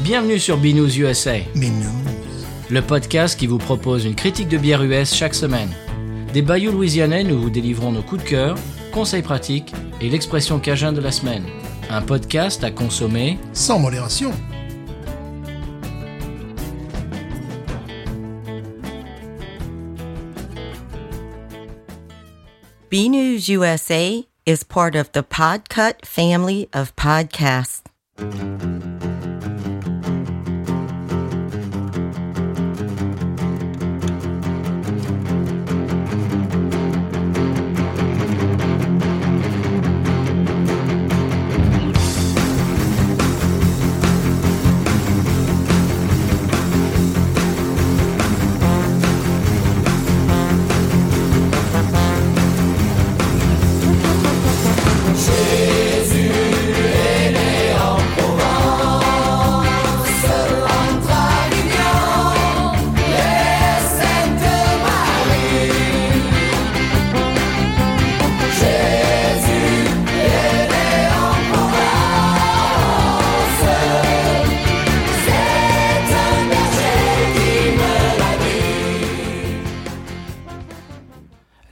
Bienvenue sur Binous USA, Mais non. le podcast qui vous propose une critique de bière US chaque semaine. Des bayous louisianais, nous vous délivrons nos coups de cœur, conseils pratiques et l'expression cajun de la semaine. Un podcast à consommer. Sans modération. B News USA is part of the Podcut family of podcasts.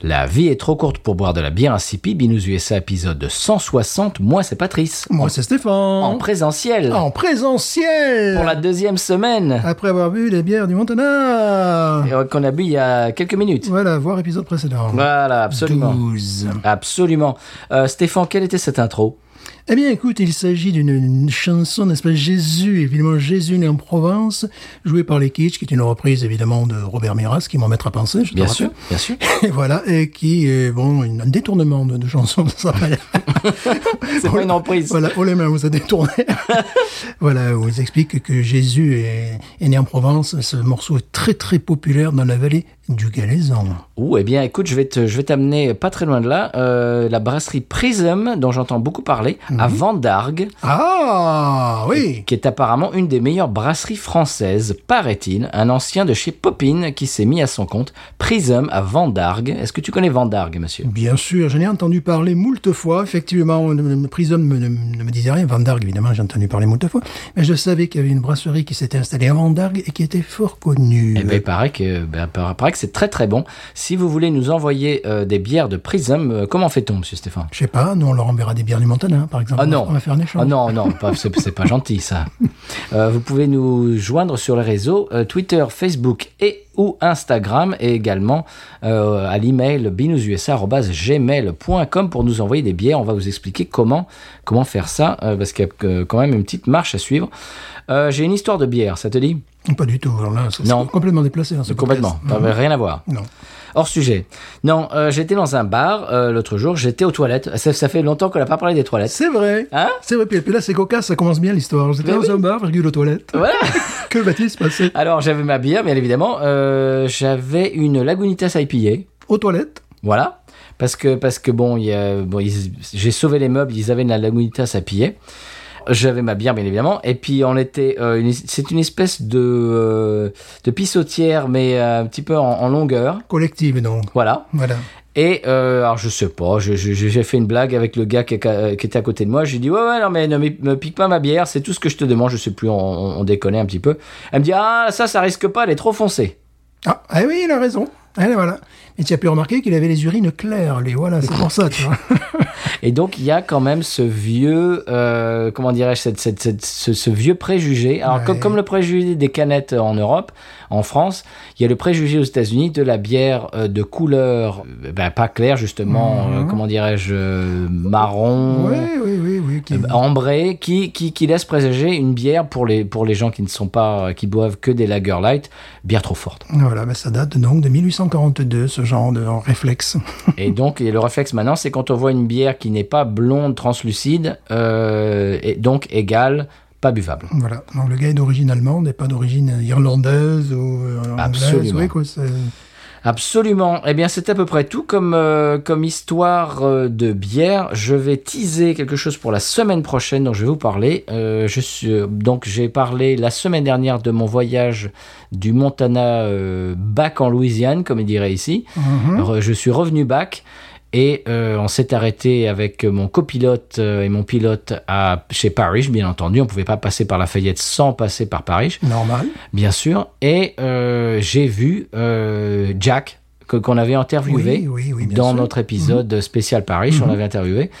La vie est trop courte pour boire de la bière insipide. Binous USA épisode 160. Moi, c'est Patrice. Moi, c'est Stéphane. En présentiel. En présentiel. Pour la deuxième semaine. Après avoir bu les bières du Montana. Et, euh, Qu'on a bu il y a quelques minutes. Voilà, voir épisode précédent. Voilà, absolument. 12. Absolument. Euh, Stéphane, quelle était cette intro Eh bien, écoute, il s'agit d'une chanson, n'est-ce pas, Jésus, évidemment Jésus né en Provence, jouée par les Kitsch, qui est une reprise évidemment de Robert Miras, qui m'en mettra à penser, je te rappelle. bien sûr. Et voilà, et qui est, bon, une- un détournement de, de chanson, ça s'appelle. C'est pas une reprise. Voilà, oh les mains, vous a détourné. voilà, on vous explique que Jésus est, est né en Provence. Ce morceau est très très populaire dans la vallée du Galaison. Ouh, eh bien, écoute, je vais te, je vais t'amener pas très loin de là. euh, la brasserie Prism, dont j'entends beaucoup parler, à Vendargue, Ah oui qui est apparemment une des meilleures brasseries françaises, paraît-il. Un ancien de chez Popin qui s'est mis à son compte. Prism à Vendargue. Est-ce que tu connais Vendargue, monsieur Bien sûr, j'en ai entendu parler moult fois. Effectivement, le- le- le Prism ne, ne- ne me disait rien. Van Darg, évidemment, j'ai entendu parler moult fois. Mais je savais qu'il y avait une brasserie qui s'était installée à Van Darg et qui était fort connue. Eh ben, il paraît que, ben, il paraît que c'est très très bon. Si vous voulez nous envoyer euh, des bières de Prism, euh, comment fait-on, monsieur Stéphane Je sais pas, nous on leur enverra des bières du Montana, par exemple. Ah non. On va faire un échange. Ah non, non, pas- c'est c'est pas gentil ça. Euh, vous pouvez nous joindre sur les réseaux euh, Twitter, Facebook et ou Instagram et également euh, à l'email binoususa.gmail.com pour nous envoyer des bières. On va vous expliquer comment, comment faire ça euh, parce qu'il y a euh, quand même une petite marche à suivre. Euh, J'ai une histoire de bière, ça te dit Pas du tout. Alors là, c'est Non. c'est complètement déplacé. hein, ce Complètement, podcast. Ça avait rien à voir. Non. Hors sujet. Non, euh, j'étais dans un bar euh, l'autre jour, j'étais aux toilettes. Ça, ça fait longtemps qu'on n'a pas parlé des toilettes. C'est vrai. Hein C'est vrai, puis, puis là c'est cocasse, ça commence bien l'histoire. J'étais Mais dans oui. un bar, virgule aux toilettes. Voilà Que va-t-il se passer Alors j'avais ma bière, bien évidemment. Euh, j'avais une Lagunitas IPA. Aux toilettes Voilà. Parce que, parce que bon, il y a- bon ils- j'ai sauvé les meubles, ils avaient de la Lagunitas IPA. J'avais ma bière, bien évidemment. Et puis on était, euh, une- c'est une espèce de, euh, de pissotière, mais euh, un petit peu en, en longueur. Collective donc. Voilà. Voilà. Et euh, alors je sais pas, je- je- j'ai fait une blague avec le gars qui, est- qui était à côté de moi. J'ai dit ouais ouais non mais ne me me pique pas ma bière, c'est tout ce que je te demande. Je sais plus, on, on déconnait un petit peu. Elle me dit ah ça ça risque pas, elle est trop foncée. Ah, ah oui, il a raison. Allez, voilà. Et tu as pu remarquer qu'il avait les urines claires, lui. Voilà, c'est pour ça, tu vois. Et donc, il y a quand même ce vieux, euh, comment dirais-je, cette- cette- cette- ce, ce vieux préjugé. Alors, Ouais. comme, comme le préjugé des canettes en Europe, en France, il y a le préjugé aux États-Unis de la bière euh, de couleur, euh, ben, pas claire, justement, euh, comment dirais-je, euh, marron. Oui, oui, oui, oui. qui- euh, Ambré, qui, qui, qui laisse présager une bière pour les, pour les gens qui ne sont pas, euh, qui boivent que des lager light, bière trop forte. Voilà, ben, ça date donc de 1842, ce genre de réflexe. Et donc, et le réflexe maintenant, c'est quand on voit une bière qui n'est pas blonde, translucide, euh, et donc égale, pas buvable. Voilà. Donc le gars est d'origine allemande et pas d'origine irlandaise ou euh, hollandaise. Absolument. Oui, quoi, c'est- Absolument. Eh bien, c'est à peu près tout comme, euh, comme histoire euh, de bière. Je vais teaser quelque chose pour la semaine prochaine dont je vais vous parler. Euh, je suis, euh, donc, j'ai parlé la semaine dernière de mon voyage du Montana euh, back en Louisiane, comme il dirait ici. Mhm. Re- Je suis revenu back. Et euh, on s'est arrêté avec mon copilote euh, et mon pilote à, chez Paris, bien entendu. On pouvait pas passer par Lafayette sans passer par Paris, Normal. bien sûr. Et euh, j'ai vu euh, Jack, que- qu'on avait interviewé Oui, oui, oui, bien dans sûr. notre épisode spécial Paris. On l'avait interviewé.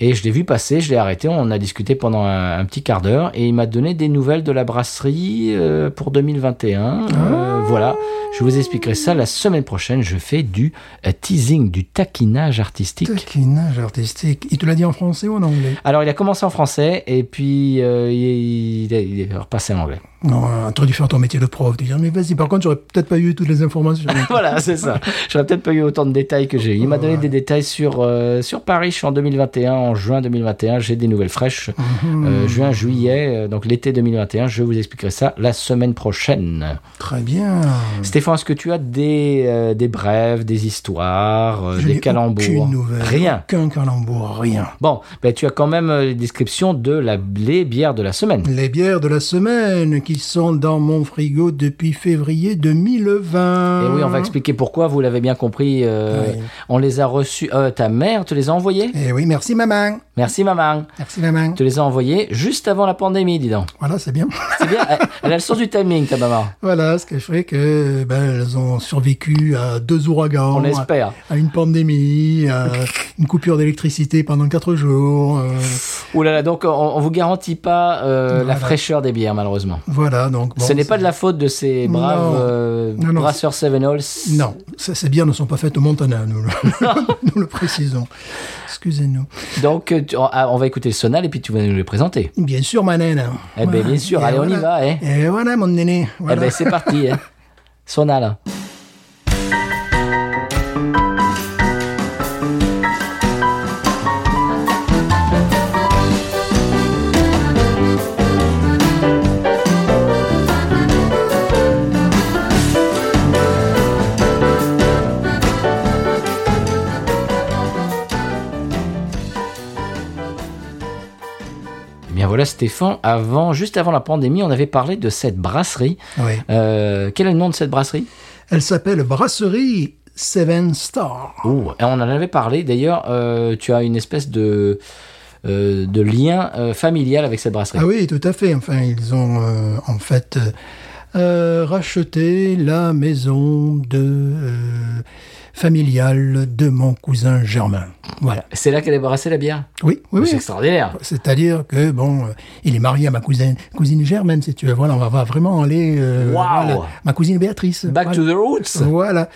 Et je l'ai vu passer, je l'ai arrêté, on a discuté pendant un, un petit quart d'heure et il m'a donné des nouvelles de la brasserie euh, pour 2021. Euh, voilà, je vous expliquerai ça la semaine prochaine. Je fais du euh, teasing, du taquinage artistique. Taquinage artistique. Il te l'a dit en français ou en anglais Alors, il a commencé en français et puis euh, il, il est- il est repassé en anglais. Non, tu aurais dû faire ton métier de prof. Tu dis, Ah, mais vas-y, par contre, j'aurais peut-être pas eu toutes les informations. voilà, c'est ça. Oh, J'aurais peut-être pas eu autant de détails que j'ai eu. Il m'a donné des détails sur, euh, sur Paris je suis en 2021, en juin 2021. J'ai des nouvelles fraîches. Hmm. Euh, juin, juillet, euh, donc l'été 2021. Je vous expliquerai ça la semaine prochaine. Très bien. Stéphane, est-ce que tu as des, euh, des brèves, des histoires, euh, Je n'ai des calembours Aucune nouvelle. Rien. Aucun calembour, rien. Bon, ben, tu as quand même euh, les descriptions de la, les bières de la semaine. Les bières de la semaine qui sont dans mon frigo depuis février 2020. Et Eh oui, on Hmm. va expliquer pourquoi, vous l'avez bien compris. euh, Oui. On les a reçus. euh, ta mère te les a envoyés Eh oui, merci maman. Merci, maman. Merci maman. Te les a envoyés juste avant la pandémie, dis donc. Voilà, c'est bien. C'est bien, elle- elle a le sens du timing, ta maman. voilà, ce qui fait que ben, elles ont survécu à deux ouragans. On l'espère. À une pandémie, à une coupure d'électricité pendant quatre jours. euh, Ouh là là, donc on, on vous garantit pas euh, la Voilà. fraîcheur des bières, malheureusement. voilà, donc. bon, Ce n'est c'est- pas de la faute de ces braves Non. euh, Non, non, brasseurs Seven Halls. Non, ça- ces bières ne sont pas faites au Montana, nous le, nous le précisons. Excusez-nous. Donc euh, tu- on, ah, on va écouter le sonal et puis tu vas nous le présenter. Bien sûr, ma naine. Eh ben, bien sûr, allez, on y va, hein. Et voilà, mon néné. Voilà. Eh ben c'est parti. hein. Sonal. Eh bien voilà Stéphane, avant, juste avant la pandémie, on avait parlé de cette brasserie. Oui. Euh, quel est le nom de cette brasserie Elle s'appelle Brasserie Seven Star. Ouh, et on en avait parlé d'ailleurs, euh, tu as une espèce de, euh, de lien euh, familial avec cette brasserie. Ah oui, tout à fait. Enfin, ils ont euh, en fait euh, euh, racheté la maison de euh, familiale de mon cousin Germain. Voilà. C'est là qu'elle est brassée la bière Oui, Ah oui, Mais oui. C'est extraordinaire. C'est-à-dire que bon, euh, il est marié à ma cousine, cousine Germaine, si tu veux. Voilà, on va- va vraiment aller. euh, Wow. voilà. Ma cousine Béatrice. Back Voilà. to the roots Voilà.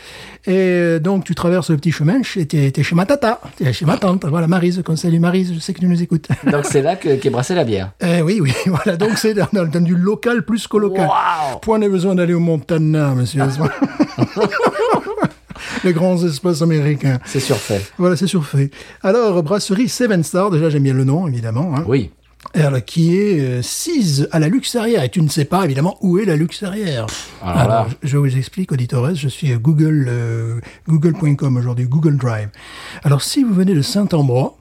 Et euh, donc, tu traverses le petit chemin, chez- t'es t'es chez ma tata, t'es chez ma tante. Voilà, Marise, qu'on salue Marise, je sais que tu nous écoutes. Donc c'est là que- qu'est brassée la bière. Eh oui, oui, voilà. Donc, c'est dans, dans- dans du local plus qu'au local. Wow. Point de besoin d'aller au Montana, monsieur. Les grands espaces américains. C'est surfait. Voilà, c'est surfait. Alors, brasserie Seven Star, déjà j'aime bien le nom, évidemment. hein. Oui. Alors, qui est euh, sise à la Luxarrière. Et tu ne sais pas, évidemment, où est la Luxarrière. Alors Alors, là. je vous explique, auditores, je suis euh, Google, euh, google.com aujourd'hui, Google Drive. Alors, si vous venez de Saint-Ambrois,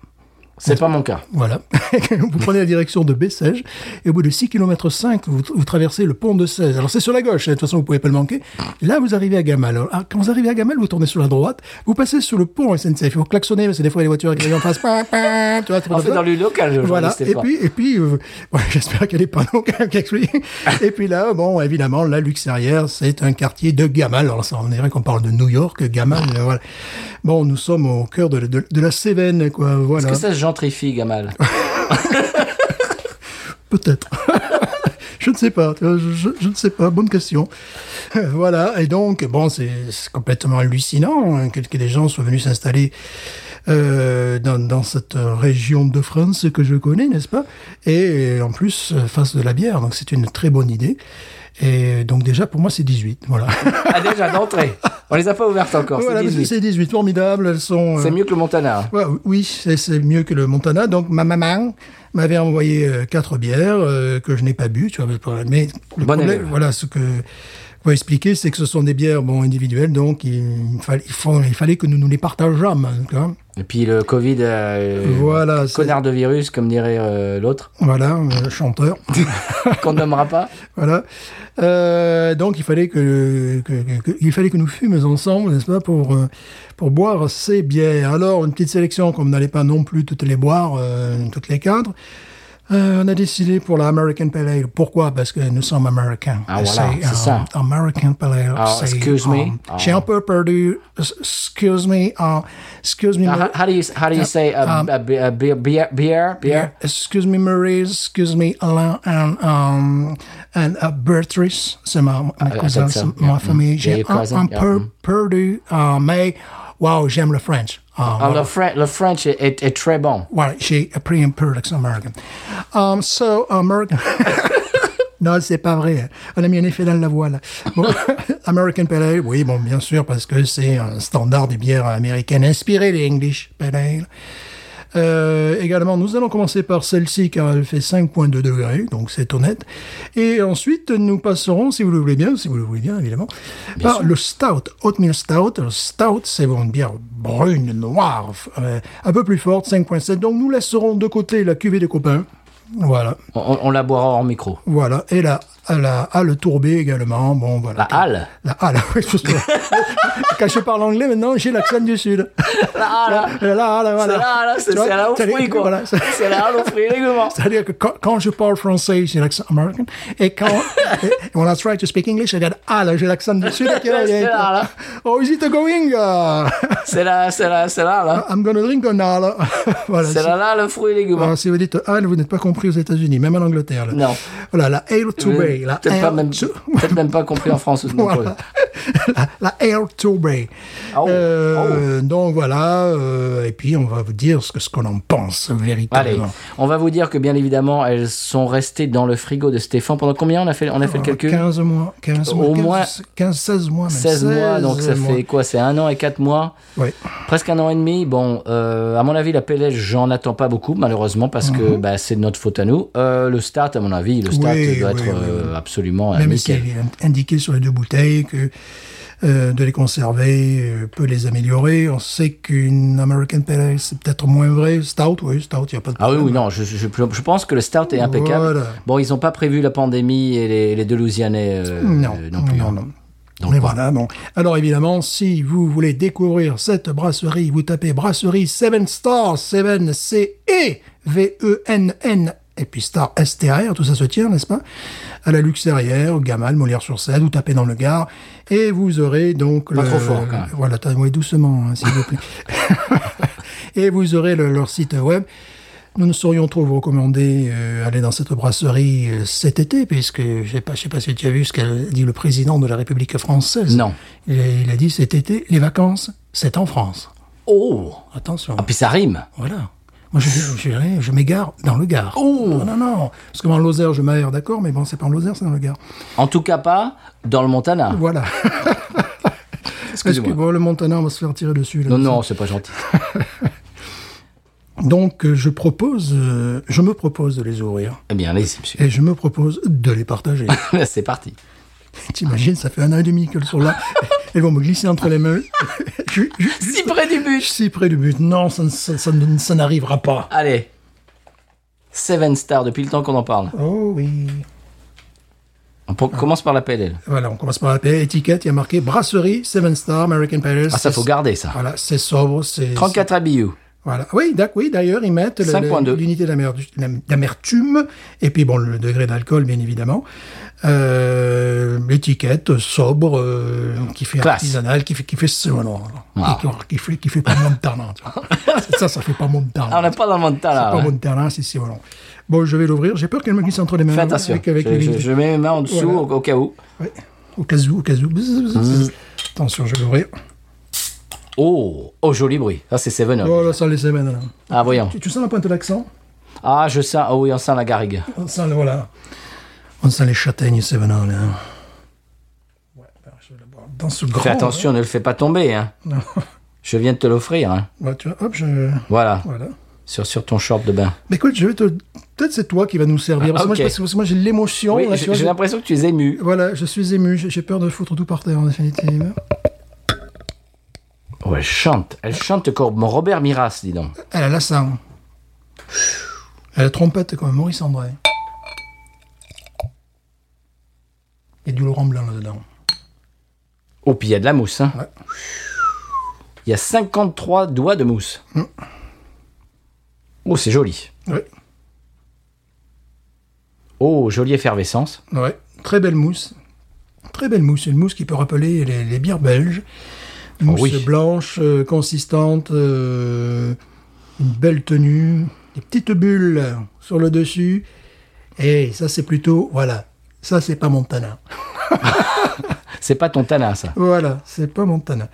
C'est pas mon cas. voilà, vous prenez la direction de Bessèges, et au bout de 6 km 5, vous, vous traversez le pont de 16. Alors, c'est sur la gauche, hein, de toute façon, vous pouvez pas le manquer. Là, vous arrivez à Gamal. Alors, ah, quand vous arrivez à Gamal, vous tournez sur la droite, vous passez sur le pont SNCF, vous klaxonnez, parce que des fois, il y a les voitures qui arrivent en face, pin, pin, tu vois, tu On vois, fait dans le local, je voilà. Et puis, et puis, euh, ouais, j'espère qu'elle est pas non qui explique. Et puis là, bon, évidemment, la Luxerrière, c'est un quartier de Gamal. Alors, ça, on dirait qu'on parle de New York, Gamal. euh, voilà. Bon, nous sommes au cœur de, de, de la Cévenne, quoi. Voilà. Est-ce que ça se gentrifie, Gamal Peut-être. je ne sais pas. tu vois, Je, je- je ne sais pas. Bonne question. Euh, Voilà. Et donc, bon, c'est c'est complètement hallucinant hein, que, que des gens soient venus s'installer euh, dans, dans cette région de France que je connais, n'est-ce pas Et en plus, euh, face de la bière. Donc, c'est une très bonne idée. Et donc, déjà, pour moi, c'est 18. Voilà. Ah déjà, d'entrée. On les a pas ouvertes encore, voilà, c'est mais 18. c'est 18. Formidable. Elles sont. euh, C'est mieux que le Montana. Ouais, oui, c'est c'est mieux que le Montana. Donc ma maman m'avait envoyé euh, quatre bières euh, que je n'ai pas bu, tu vois, mais le Bonne problème, élève. voilà ce que pour expliquer, c'est que ce sont des bières bon, individuelles, donc il, fallait, il, faut- il fallait que nous nous les partageâmes. hein, tu vois. Et puis le Covid, euh, Voilà, c'est- connard de virus, comme dirait euh, l'autre, Voilà, euh, chanteur. qu'on nommera pas. Voilà. Euh, donc il fallait que, que- que- il fallait que nous fumes ensemble, n'est-ce pas, pour euh, pour boire ces bières. Alors une petite sélection, comme on n'allait pas non plus toutes les boire, euh, toutes les cadres. Euh, on a décidé pour la American Pale Ale. Pourquoi Parce que nous sommes américains. Ah, voilà, c'est ça. euh, American Pale Ale. Alors, c'est, excuse me. euh, Ah. J'ai un peu perdu. Excuse me. euh, excuse me. Ah, how, how do you how do you say um, uh, a, a, be- a beer beer beer beer? Excuse me, Marie. Excuse me, Alain and, um, and uh, Bertrice. C'est ma, ma cousine, Euh, attends, c'est ça, ma yeah, famille. mm. J'ai Yeah, un, cousin, un yeah, peu mm. perdu, euh, mais wow, j'aime le French. Euh, Ah, voilà. le, Fran- le French est, est- est très bon. Voilà, j'ai appris un peu l'accent américain. Um, so, American... non, c'est pas vrai. On a mis un effet dans la voix, là. Bon, American Pale Ale, oui, bon, bien sûr, parce que c'est un standard des bières américaines inspirées des English Pale Ale. Euh, également, nous allons commencer par celle-ci car elle fait 5.2 degrés, donc c'est honnête. Et ensuite, nous passerons, si vous le voulez bien, si vous le voulez bien évidemment, par le stout, oatmeal stout. Le stout, c'est une bière brune, noire, euh, un peu plus forte, 5.7. Donc nous laisserons de côté la cuvée des copains. Voilà, On- On, on la boira hors micro. voilà. Et la, la halle tourbée également. Bon, voilà. La halle. La halle, oui, je sais pas. Quand je parle anglais maintenant, j'ai l'accent du sud. La halle. La halle, voilà. C'est la halle, c'est Tu vois, c'est la halle aux t'as les- fruits quoi. voilà, ça- C'est la halle aux fruits et légumes. C'est-à-dire que quand, quand je parle français, j'ai l'accent américain. Et quand et- when I try to speak English, I get ah là, j'ai l'accent du sud qui C'est revient. là, là. Oh, is it going? Uh, C'est la c'est la c'est la halle. I'm gonna drink an ale. voilà. Ah, C'est si- la halle aux fruits et légumes. voilà, si vous dites ale, vous n'êtes pas compris aux États-Unis, même en Angleterre. là. Non. Euh, Voilà, la ale to bay. La Peut-être pas ale même to- peut-être même pas compris en France. Voilà. la, Ah, la Air to Bay. Oh, Euh, Donc voilà, euh, et puis on va vous dire ce que ce qu'on en pense Allez, véritablement. on va vous dire que bien évidemment, elles sont restées dans le frigo de Stéphane pendant combien on a fait on a fait le calcul 15 mois, 15 mois, Au 15, moins 15, 16 mois, même. 16 mois, donc ça mois. fait quoi C'est un an et quatre mois, Ouais. presque un an et demi. Bon, euh, à mon avis, la PLS, j'en attends pas beaucoup, malheureusement, parce que Mhm. bah, c'est de notre faute à nous. Euh, le start, à mon avis, le start Oui, doit oui, être oui, oui. euh, absolument euh, Même nickel. s'il est indiqué sur les deux bouteilles que euh, de les conserver euh, peut les améliorer. On sait qu'une American Pale Ale, c'est peut-être moins vrai. Stout, oui, Stout, il n'y a pas de Ah oui, problème. oui, non, je, je, je pense que le start est impeccable. Voilà. Bon, ils n'ont pas prévu la pandémie et les, les Delousianais euh, Non, euh, non, plus. non, hein. non. Donc, Mais voilà, bon. Alors évidemment, si vous voulez découvrir cette brasserie, vous tapez brasserie Seven Star, Seven C E V E N N et puis Star S T A R, tout ça se tient, n'est-ce pas À la Luxerrière, au Gamal, Molière-sur-Seine, vous tapez dans le Gard et vous aurez donc Pas le- trop fort, quand même. Voilà, t'as- ouais, doucement, hein, s'il vous plaît. et vous aurez le- leur site web. Nous ne saurions trop vous recommander euh, aller dans cette brasserie euh, cet été, puisque je sais pas, je sais pas si tu as vu ce qu'a dit le président de la République française. Non. Il, a- il a dit cet été, les vacances, c'est en France. Oh Attention. Ah, puis ça rime Voilà. Moi, je, je, je- je m'égare dans le Gard. Oh. Non, non, non. Parce que en Lozère, je m'aère, d'accord, mais bon, c'est pas en Lozère, c'est dans le Gard. En tout cas, pas dans le Montana. Voilà. Parce que Excusez-moi. bon, le Montana, on va se faire tirer dessus. là. Non, non, c'est pas gentil. Donc, euh, je propose, euh, je me propose de les ouvrir Eh bien, allez-y, monsieur. et je me propose de les partager. c'est parti. T'imagines, ça fait un an et demi qu'elles sont là. Elles vont me glisser entre les mains. je, je- Si près du je but. suis près du but. Non, ça, ne- ça- ça ne- ça n'arrivera pas. Allez. Seven Star, depuis le temps qu'on en parle. Oh oui. On pro- Ah. commence par la PLL. Voilà, on commence par la paix. Étiquette, il y a marqué brasserie, Seven Star, American Palace. Ah, ça faut garder, ça. Voilà, c'est sobre, c'est. 34 habillous. Voilà. Oui, d'ac- oui, d'ailleurs, ils mettent le- le- 5.2. l'unité d'amer- d'amertume, et puis bon, le degré d'alcool, bien évidemment. Euh, L'étiquette sobre, euh, qui fait Classe. artisanal, qui fait, qui fait ce- voilà, voilà. Ah. Qui- qui fait, qui fait pas mon talent. tu vois. ça, ça fait pas mon talent. Ah, on n'est pas dans le Montana. Pas là. mon talent, c'est si voilà. Bon, je vais l'ouvrir. J'ai peur qu'elle me glisse entre les mains. Fais attention. Avec, avec je, les- je- je mets mes mains en dessous Voilà. au, au cas où. Ouais. Au cas où, au cas où. Bzz, bzz, Hmm. bzz. Attention, je vais l'ouvrir. Oh, oh, joli bruit. Ça, c'est Seven Up. Oh là, ça les semaines. là. Ah, voyons. Tu, tu sens la pointe de l'accent Ah, je sens. Oh oui, on sent la garrigue. On sent, le- voilà. On sent les châtaignes, c'est venant, là. Ouais, ben, je vais la boire dans ce grand. Fais attention, ne le fais pas tomber. Hein. hein. Je viens de te l'offrir. hein. Ouais, tu vois, hop, je. Voilà. Voilà. sur, sur ton short de bain Mais écoute, je vais te. Peut-être c'est toi qui va nous servir. Ah, parce, que moi, ok. je- parce que moi, j'ai l'émotion. Oui, là, tu j'ai vois, j'ai je- l'impression que tu es ému. Voilà, je suis ému. J'ai j'ai peur de foutre tout par terre, en définitive. Oh, elle chante. Elle chante comme Robert Miras, dis donc. Elle a Ah la sang. Elle a la trompette comme Maurice André. Et du Laurent Blanc là-dedans. Oh, puis il y a de la mousse. hein. Ouais. Il y a 53 doigts de mousse. Mm. Oh, c'est joli. Oui, Oh, jolie effervescence. ouais. Très belle mousse. Très belle mousse. Une mousse qui peut rappeler les, les bières belges. Une Oh mousse oui. blanche, euh, consistante, euh, une belle tenue, des petites bulles sur le dessus. Et ça, c'est plutôt. Voilà. Ça, c'est pas Montana. C'est pas ton tana, ça. Voilà, c'est pas Montana.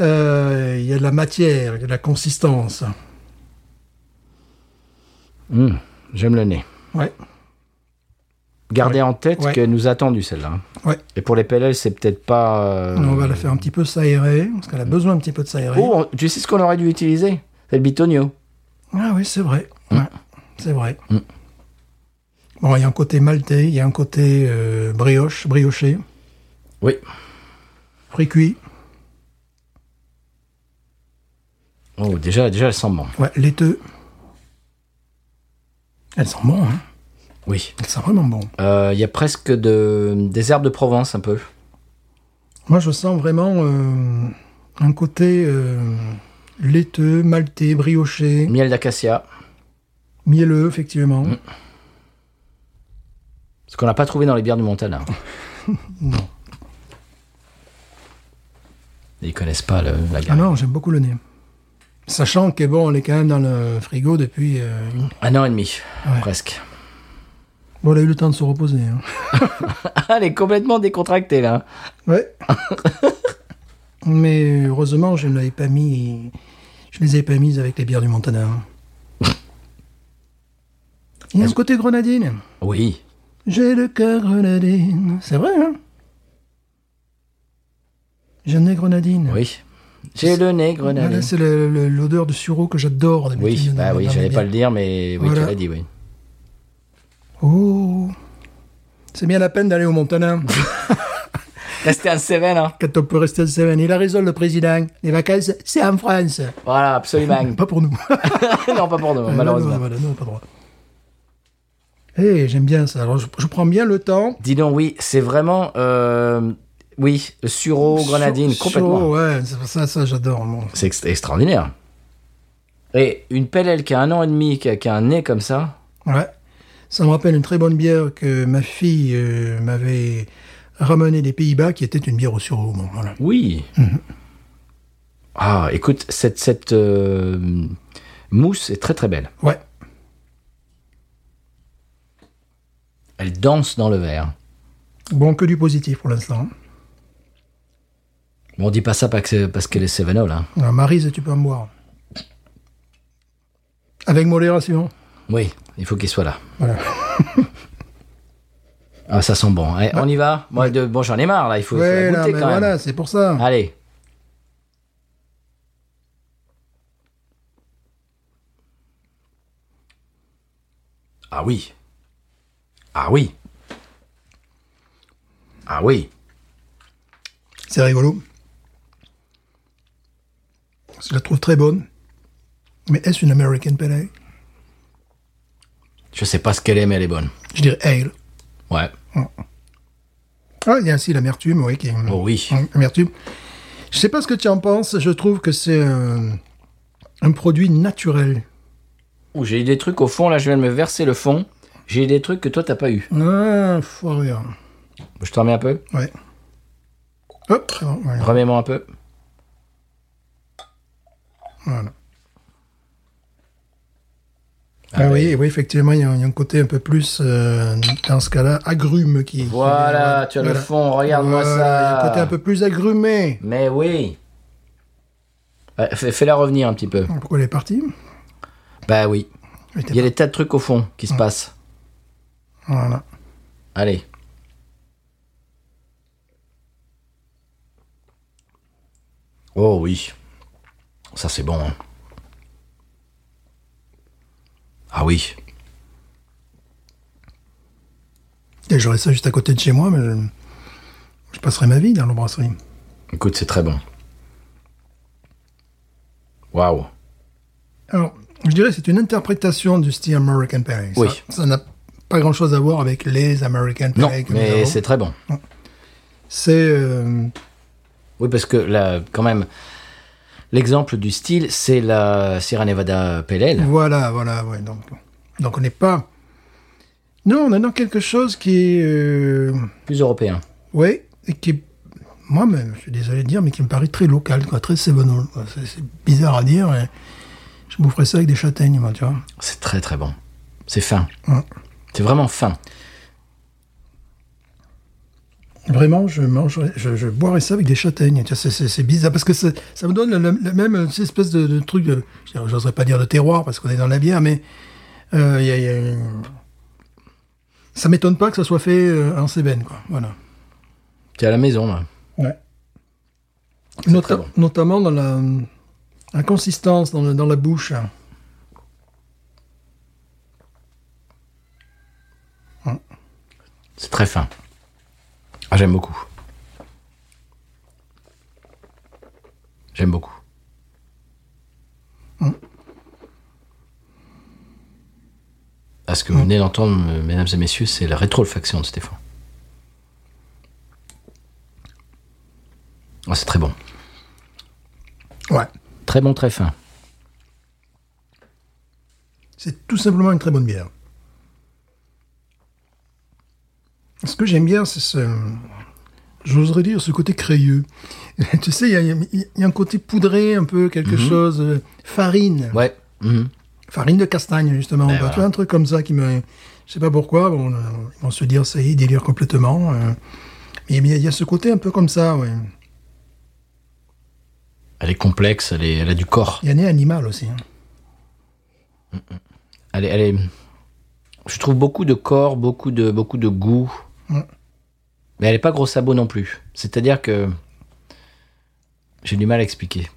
Euh, Il y a de la matière, il y a de la consistance. Mm, J'aime le nez. Ouais, Gardez en tête Ouais. qu'elle nous a attendu, celle-là. hein. ouais. Et pour les PLL, c'est peut-être pas. euh, on va la faire un petit peu s'aérer, parce qu'elle a besoin un petit peu de s'aérer. Oh, on- tu sais ce qu'on aurait dû utiliser C'est le bitonio. Ah oui, c'est vrai. Ouais, c'est vrai. Bon, il y a un côté maltais, il y a un côté euh, brioche, brioché, Oui. fruit cuit, Oh, déjà, déjà, elle sent bon. ouais, laiteux. Elles sont bon, hein. Oui. Elles sont vraiment bon. Euh, Il y a presque de, des herbes de Provence, un peu. Moi, je sens vraiment euh, un côté euh, laiteux, maltais, brioché, Miel d'acacia. mielleux, effectivement. Ce qu'on n'a pas trouvé dans les bières du Montana. Non. Ils connaissent pas le- la Ah gamme. non, j'aime beaucoup le nez. Sachant que bon, on est quand même dans le frigo depuis. euh, une- Un an et demi, presque. Bon, on a eu le temps de se reposer. hein. Ah, elle est complètement décontractée, là. Ouais. Mais heureusement, je ne l'avais pas mis. Je les avais pas mises avec les bières du Montana. hein. Il y a ce côté grenadine. Oui. J'ai le cœur grenadine. C'est vrai, hein J'ai un nez grenadine. Oui. J'ai le nez Voilà, grenadine. c'est le- le- l'odeur de sureau que j'adore Oui, d'habitude. bah dans- oui, dans mes j'allais pas bières. le dire, mais oui, tu Voilà. l'as dit, oui. Oh C'est bien la peine d'aller au Montana Restez un Seven, hein. quand on peut rester à Seven. Il a raison, le président. Les vacances, c'est en France. Voilà, absolument. Pas pour nous. non, pas pour nous, Euh, Non, malheureusement. voilà, non, pas droit. Eh, j'aime bien ça. Alors, je, je prends bien le temps. Dis donc, oui, c'est vraiment. euh, oui, sureau, Oh, grenadine, Chaud- complètement. chaud, ouais, ça, ça, ça, j'adore. bon. C'est ext- extraordinaire. Et une PLL qui a un an et demi, qui a, qui a un nez comme ça. Ouais. Ça me rappelle une très bonne bière que ma fille euh, m'avait ramenée des Pays-Bas, qui était une bière au sureau. Bon, voilà. Oui. Mhm. Ah, écoute, cette, cette euh, mousse est très très belle. Ouais. Elle danse dans le verre. Bon, que du positif pour l'instant. Bon, on dit pas ça parce que- parce qu'elle est Sevenol. Hein. Alors, Marise, tu peux en boire. Avec modération. Oui, il faut qu'il soit là. Voilà. Ah, ça sent bon. Allez, on y va Moi, de- Bon, j'en ai marre là, il faut, faut la Ouais, là, goûter mais quand même. voilà, c'est pour ça. Allez. Ah oui. Ah oui. Ah oui. C'est rigolo. Je la trouve très bonne. Mais est-ce une American Pale Ale Je sais pas ce qu'elle est, mais elle est bonne. Je dirais ale. Ouais. Ah, il y a aussi l'amertume, oui. Qui... Oh oui. Amertume. Je sais pas ce que tu en penses, je trouve que c'est un, un produit naturel. Ouh, j'ai eu des trucs au fond, là, je viens de me verser le fond. J'ai eu des trucs que toi, t'as pas eu. Ah, foiré. hein. Je te remets un peu. Ouais. Hop, c'est bon, voilà. Remets-moi un peu. Voilà. Ah, oui, ben. oui, effectivement, il y, a un il y a un côté un peu plus, euh, dans ce cas-là, agrume qui. qui- Voilà, tu as le voilà. fond, regarde-moi Voilà, il y a un côté ça. un peu plus agrumé. Mais oui. Ouais, fais- Fais-la revenir un petit peu. Pourquoi elle est partie Bah oui. Elle était Il y a des tas de trucs au fond qui se passent. pas- Voilà. Allez. Oh oui. Ça c'est bon. hein. Ah oui. Et j'aurais ça juste à côté de chez moi, mais je, je passerais ma vie dans le brasserie. Écoute, c'est très bon. Waouh. Alors, je dirais que c'est une interprétation du style American Pie. Ça- Oui. Ça n'a pas grand-chose à voir avec les American Pie. Non, que nous mais avons. c'est très bon. C'est... euh, Oui, parce que là, quand même, l'exemple du style, c'est la Sierra Nevada PLL. Voilà, voilà, ouais. Donc, donc on n'est pas... Non, on est dans quelque chose qui est... euh, Plus européen. Oui, et qui, moi-même, je suis désolé de dire, mais qui me paraît très local, quoi, très Sevenol. quoi. C'est c'est bizarre à dire. et je boufferais ça avec des châtaignes, moi, tu vois. C'est très très bon. C'est fin. Ouais. C'est vraiment fin. Vraiment, je mangerais, je, je boirais ça avec des châtaignes. Tu vois, c'est- C'est c'est bizarre parce que ça, ça me donne le, le- le même euh, cette espèce de, de truc. De, je- J'oserais pas dire de terroir parce qu'on est dans la bière, mais euh, il y a- il y a une- ça m'étonne pas que ça soit fait euh, en Cébène, quoi. Voilà. T'es à la maison là. Ouais. Nota- très bon. Notamment dans la, la consistance, dans, le- dans la bouche. C'est très fin. Ah, j'aime beaucoup. J'aime beaucoup. Ah, ce que vous venez d'entendre, me- mesdames et messieurs, c'est la rétro-olfaction de Stéphane. Ah, c'est très bon. Ouais. Très bon, très fin. C'est tout simplement une très bonne bière. Ce que j'aime bien, c'est ce. J'oserais dire ce côté crayeux. tu sais, il y a, il y a un côté poudré, un peu, quelque chose. euh, farine. Mhm. Ouais. Mhm. Farine de castagne, justement. Bah, Tu vois, voilà. Un truc comme ça qui me. Je sais pas pourquoi. Bon, euh, ils vont se dire, ça y est, délire complètement. euh, Mais mais il y a ce côté un peu comme ça, ouais. Elle est complexe, elle, est- elle a du corps. Il y en a animal aussi. hein. Elle est, elle est- Je trouve beaucoup de corps, beaucoup de, beaucoup de goût. Ouais. Mais elle n'est pas gros sabot non plus. C'est-à-dire que. J'ai du mal à expliquer.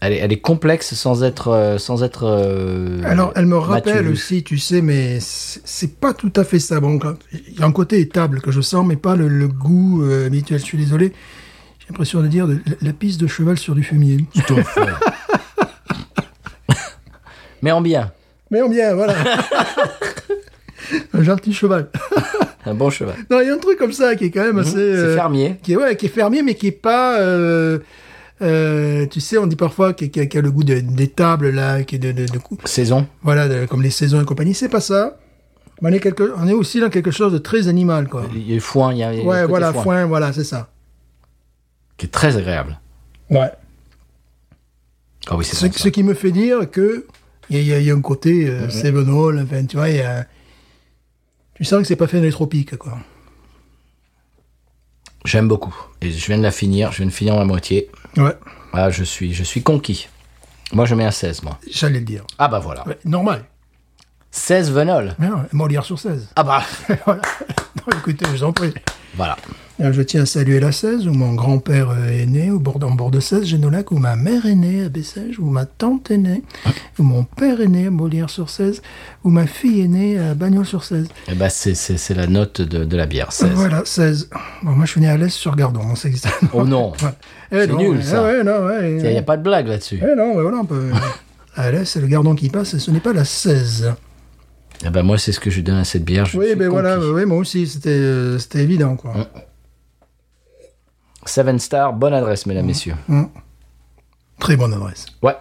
Elle est, elle est complexe sans être. euh, Sans être euh, Alors, elle me rappelle mature. aussi, tu sais, mais c'est c'est pas tout à fait ça. Bon, quand- il y a un côté étable que je sens, mais pas le, le goût euh, habituel. Je suis désolé. J'ai l'impression de dire de- la, la piste de cheval sur du fumier. Tout à fait. Mais en bien. Mais on bien, voilà. un gentil cheval. Un bon cheval. Non, il y a un truc comme ça qui est quand même assez. Mhm, C'est euh, fermier. qui est, ouais, qui est fermier, mais qui est pas. euh, euh, tu sais, on dit parfois qu'il y a, qu'il y a le goût de- des tables, là, qui est de, de, de cou- Saison. voilà, de- comme les saisons et compagnie. C'est pas ça. Mais on est, quelque, on est aussi dans quelque chose de très animal, quoi. Il y a foin. Il y a, il y a un Ouais, côté voilà, foin, voilà, c'est ça. Qui est très agréable. Ouais. Ah oui, c'est Ce, bon, ça. ce qui me fait dire que il y, a- il y a- il y a un côté euh, Seven Hall, enfin, tu vois, il y a- tu sens que c'est pas fait dans les tropiques, quoi. J'aime beaucoup. Et je viens de la finir. Je viens de finir la moitié. Ouais, Ah, je suis, je suis conquis. Moi, je mets un 16, moi. j'allais le dire. Ah bah voilà. Ouais, normal. 16 Venol. Mais non, Molière sur 16. Ah bah, voilà. Non, écoutez, je vous en prie. voilà. Alors, je tiens à saluer la 16, où mon grand-père euh, est né, au bord, en bord de 16, Génolac, où ma mère est née, à Bessèges, où ma tante est née, où mon père est né, à Molière-sur-16, où ma fille est née, à Bagnols-sur-16. Eh bah, c'est- c'est c'est la note de, de la bière, 16. Voilà, 16. Bon, moi, je suis né à l'Est sur Gardon, hein, ça existe. Oh non. Ouais. Eh C'est non, nul, eh ça. ouais, non, ouais, Il n'y a pas de blague là-dessus. eh non, ouais, voilà, on peut... à l'Est, c'est le Gardon qui passe, et ce n'est pas la 16. Eh bah, moi, c'est ce que je donne à cette bière. Je oui, suis ben voilà, conquis. oui, moi aussi, c'était euh, c'était évident, quoi. Seven Star, bonne adresse, mesdames, messieurs. Très bonne adresse. Ouais,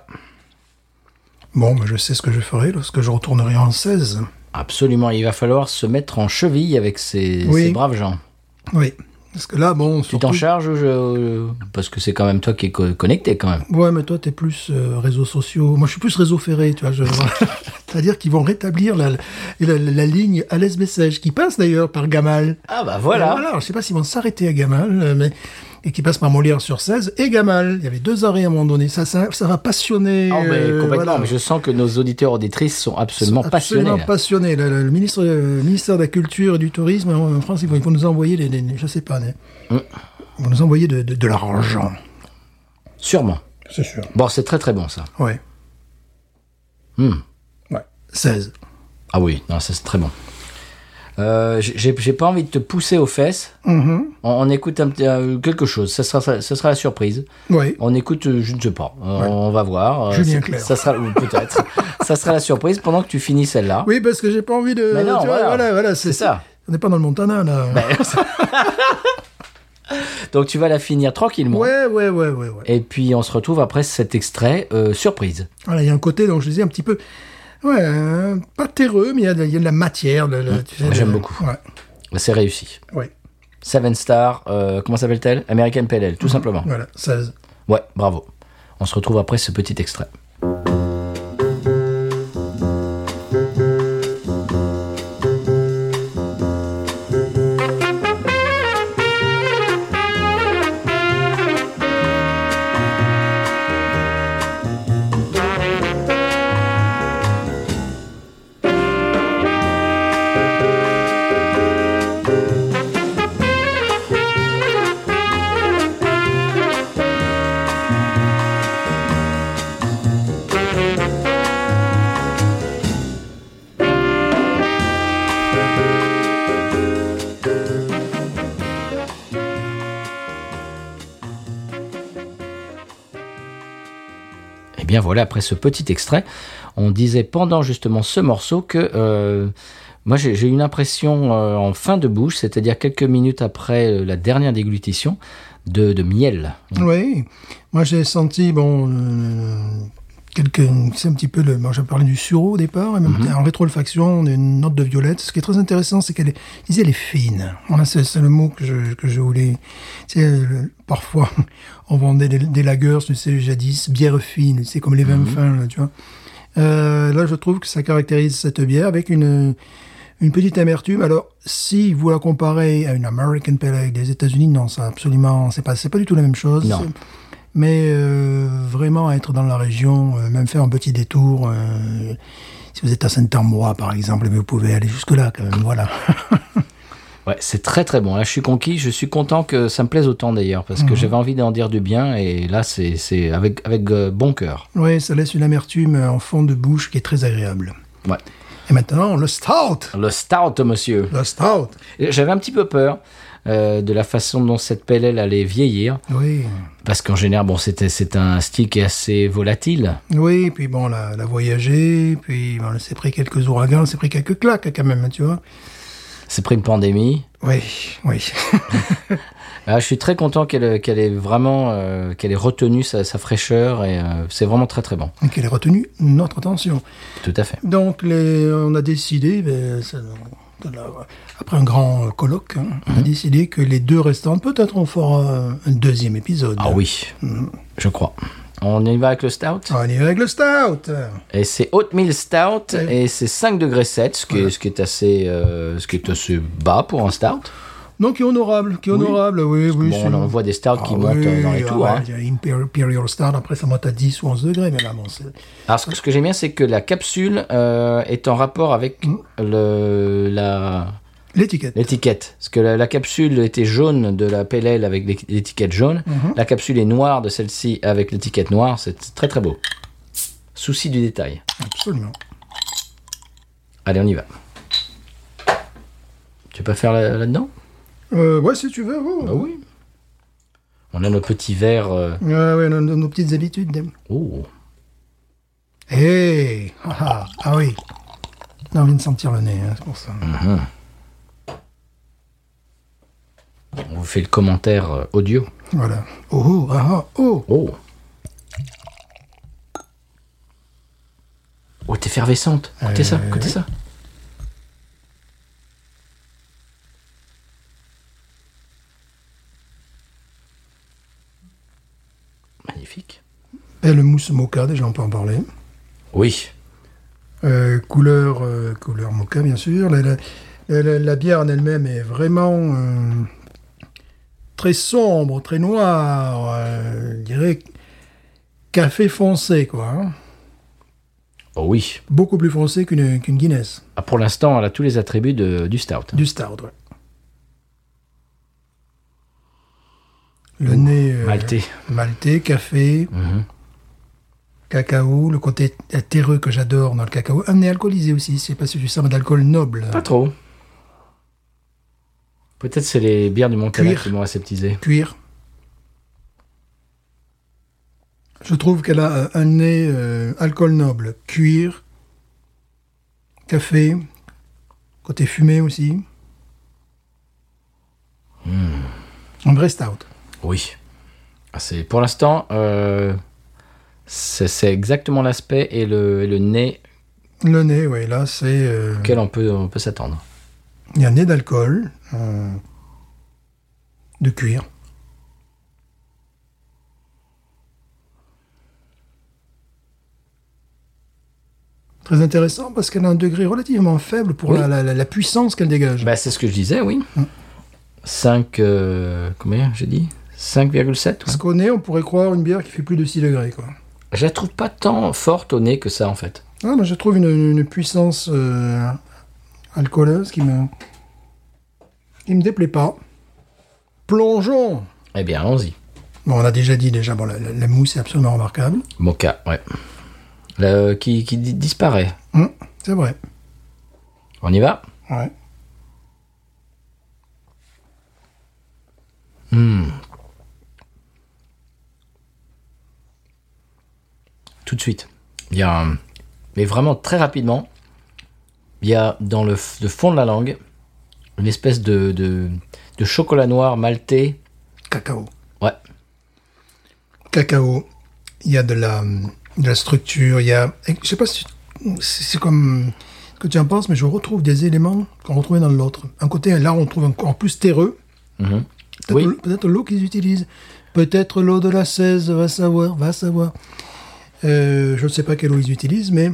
Bon, ben, je sais ce que je ferai lorsque je retournerai en 16. absolument. Il va falloir se mettre en cheville avec ces, Oui. ces braves gens. Oui, parce que là, bon, Tu t'en surtout- charges ou je- Parce que c'est quand même toi qui es co- connecté, quand même. Ouais, mais toi, t'es plus euh, réseaux sociaux. Moi, je suis plus réseau ferré, tu vois. je- C'est-à-dire qu'ils vont rétablir la, la, la- la ligne Alès-Bessèges, qui passe d'ailleurs par Gamal. Ah bah voilà. Euh, Alors, je sais pas s'ils vont s'arrêter à Gamal, euh, mais et qui passe par Molière sur 16 et Gamal. Il y avait deux arrêts à un moment donné. Ça, ça, ça va passionner. Ah, mais euh, complètement. voilà. Mais je sens que nos auditeurs auditrices sont absolument, Absolument passionnés. là. passionné. Le, le- le ministre, euh, ministère de la Culture et du Tourisme euh, en, en France, ils vont, ils vont nous envoyer des, des- des- je sais pas, des- Mm. ils vont nous envoyer de, de, de l'argent. Sûrement. C'est sûr. Bon, c'est très très bon ça. Ouais. Hmm. Ouais, 16. Ah oui, non, ça c'est très bon. Euh, j'ai j'ai pas envie de te pousser aux fesses. Mhm. On, on écoute un, petit- euh, quelque chose. Ça sera, ça, sera la surprise. Ouais. On écoute, euh, je ne sais pas. Euh, Ouais. On va voir. Euh, ça- Julien Clerc. Ça sera ou peut-être. ça sera la surprise pendant que tu finis celle-là. Oui, parce que j'ai pas envie de. Mais non, tu vois, voilà. voilà, voilà, c'est C'est ça. Ben, On n'est pas dans le Montana, là. Donc tu vas la finir tranquillement. ouais, ouais, ouais, ouais, ouais. Et puis on se retrouve après cet extrait euh, surprise. Voilà, il y a un côté, donc je disais, un petit peu. Ouais, euh, pas terreux, mais il y, a de il y a de la matière. le- le- tu sais, Moi, le- j'aime beaucoup. Ouais, C'est réussi. ouais, Seven Star, euh, comment s'appelle-t-elle American PLL, Mm-hmm. tout simplement. voilà, 16. Ouais, bravo. On se retrouve après ce petit extrait. Et Eh bien voilà, après ce petit extrait, on disait pendant justement ce morceau que euh, moi j'ai j'ai eu une impression euh, en fin de bouche, c'est-à-dire quelques minutes après euh, la dernière déglutition, de, de miel. Oui, moi j'ai senti, bon, euh, quelques, c'est un petit peu le, moi j'ai parlé du sureau au départ, et même Mhm. en rétrofaction, on a une note de violette. Ce qui est très intéressant, c'est qu'elle est, je disais, elle est fine. Voilà, c'est, c'est le mot que je, que je voulais. Tu sais, le- parfois, on vendait des, des lagers, tu sais, jadis, bière fine, c'est comme les vins Mhm. fins, là, tu vois. Euh, là, je trouve que ça caractérise cette bière avec une, une petite amertume. Alors, si vous la comparez à une American Pale Ale des États-Unis, non, ça absolument, c'est pas, c'est pas du tout la même chose. Non. Mais euh, vraiment être dans la région, euh, même faire un petit détour. euh, si vous êtes à Saint-Ambrois, par exemple, vous pouvez aller jusque là quand même. Voilà. Ouais, c'est très très bon. Là, je suis conquis. Je suis content que ça me plaise autant d'ailleurs, parce que j'avais envie d'en dire du bien, et là, c'est c'est avec, avec euh, bon cœur. oui, ça laisse une amertume euh, en fond de bouche qui est très agréable. Ouais. Et maintenant, le stout. Le stout, monsieur. Le stout. J'avais un petit peu peur euh, de la façon dont cette PLL allait vieillir, Oui. parce qu'en général, bon, c'était c'est un style qui est assez volatile. Oui, puis bon, la, la voyager, puis bon, elle s'est pris quelques ouragans, elle s'est pris quelques claques quand même, tu vois. C'est pris une pandémie. Oui, oui. Ah, je suis très content qu'elle qu'elle ait vraiment euh, qu'elle ait retenu sa, sa fraîcheur et euh, c'est vraiment très très bon. Donc elle a retenu notre attention. Tout à fait. Donc les, on a décidé, ben, ça- de la- après un grand euh, colloque, hein, Mhm. on a décidé que les deux restantes, peut-être on fera euh, un deuxième épisode. Ah oui, Mm-hmm. je crois. On y va avec le stout. On est avec le stout. Et c'est Oatmeal Stout Ouais. et c'est 5 degrés 7, ce qui, est, ce qui est assez euh, ce qui est assez bas pour un stout. Donc qui est honorable, qui est honorable, oui, oui. bon, c'est- on voit des stouts qui Ah montent oui, euh, dans les ah tours. ouais, hein. il y a Imperial, Imperial Stout, après ça monte à 10 ou 11 degrés, mais là, bon, c'est... Alors, ce que, ce que j'aime bien, c'est que la capsule euh, est en rapport avec Mm. le, la, L'étiquette. L'étiquette. Parce que la, la capsule était jaune de la PLL avec l'é- l'étiquette jaune. La capsule est noire de celle-ci avec l'étiquette noire. C'est très très beau. Souci du détail. Absolument. Allez, on y va. Tu peux faire là- là-dedans Bah Euh, ouais, si tu veux, bon. oui. On a nos petits verres. euh, Ouais, ouais, nos, nos- nos petites habitudes. Oh. Hé ah, ah, ah oui On a envie de sentir le nez, hein, c'est pour ça. On vous fait le commentaire euh, audio. Voilà. Oh, oh, ah, ah, oh Oh. Oh, t'es effervescente. Écoutez ça, Euh, écoutez oui. ça. Magnifique. Et Eh, le mousse mocha, déjà, on peut en parler. Oui. Euh, couleur, euh, couleur mocha, bien sûr. La, la- la- la- la bière en elle-même est vraiment euh, très sombre, très noire. euh, je dirais café foncé, quoi. hein. Oh oui. Beaucoup plus foncé qu'une qu'une Guinness. Ah, pour l'instant, elle a tous les attributs de- du stout. hein. Du stout, ouais. Le nez... euh, Maltais. Mhm. Maltais, café, cacao, le côté terreux que j'adore dans le cacao. Un nez alcoolisé aussi, je sais pas si tu sers mais d'alcool noble. Pas trop. Peut-être c'est les bières du Montana Cuir. qui m'ont aseptisé. Cuir. Je trouve qu'elle a euh, un nez euh, alcool noble. Cuir, café, côté fumé aussi. Hmm. Un vrai stout. Oui. Ah, C'est pour l'instant, euh, c'est c'est exactement l'aspect et le, et le nez Le nez, oui, là, c'est. euh, auquel on peut, on peut s'attendre. Il y a un nez d'alcool, euh, de cuir. Très intéressant parce qu'elle a un degré relativement faible pour Oui. la, la- la- la puissance qu'elle dégage. Bah, c'est ce que je disais, oui. 5. combien j'ai dit 5,7 ouais. Parce qu'au nez, on pourrait croire une bière qui fait plus de 6 degrés. Quoi. Je la trouve pas tant forte au nez que ça, en fait. Ah, moi, je trouve une, une puissance euh, alcooleuse qui me, qui me déplaît pas. Plongeons Eh bien, allons-y. Bon, on a déjà dit déjà, bon, la, la- la mousse est absolument remarquable. Moka, ouais. Le- qui qui di- disparaît. Hum, c'est vrai. On y va Ouais. Tout de suite. Il y a un- Mais vraiment très rapidement, il y a dans le, f- le fond de la langue une espèce de, de, de chocolat noir maltais. Cacao. Ouais. Cacao. Il y a de la, hum, de la structure. Il y a. et Je sais pas si. C'est c'est comme. Ce que tu en penses, mais je retrouve des éléments qu'on retrouvait dans l'autre. Un côté, là, on trouve encore plus terreux. Mhm. Peut-être Oui. l- peut-être l'eau qu'ils utilisent. Peut-être l'eau de la 16, va savoir, va savoir. Euh, je ne sais pas quelle eau ils utilisent, mais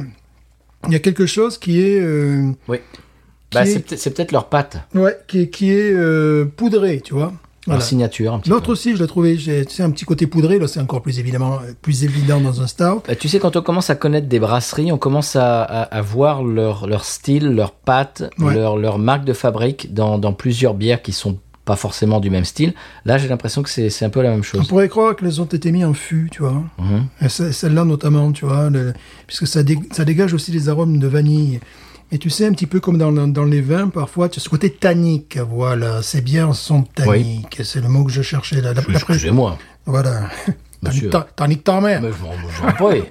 il y a quelque chose qui est. euh, Oui. Bah, Qui est- c'est peut-être- c'est peut-être leur pâte, Ouais, qui est, qui est euh, poudré, tu vois. leur Voilà. signature. un petit L'autre peu. aussi, je l'ai trouvé, j'ai- tu sais, un petit côté poudré, là c'est encore plus évidemment euh, plus évident dans un stout. Bah, tu sais, quand on commence à connaître des brasseries, on commence à, à- à voir leur, leur style, leur pâte, Ouais. leur, leur marque de fabrique dans, dans plusieurs bières qui sont pas forcément du même style. Là, j'ai l'impression que c'est c'est un peu la même On chose. pourrait croire qu'elles ont été mises en fût, tu vois. Mhm. Et ce- Celle-là notamment, tu vois, le- puisque ça, dé- ça dégage aussi les arômes de vanille. Mais tu sais, un petit peu comme dans, le- dans les vins, parfois, tu as ce côté tannique, voilà. Ces bières sont tanniques, c'est le mot que je cherchais. Là. La- la- Excusez-moi. Voilà. Monsieur. Tannique ta- Tannique ta mère. Mais je m'en- je m'en prie.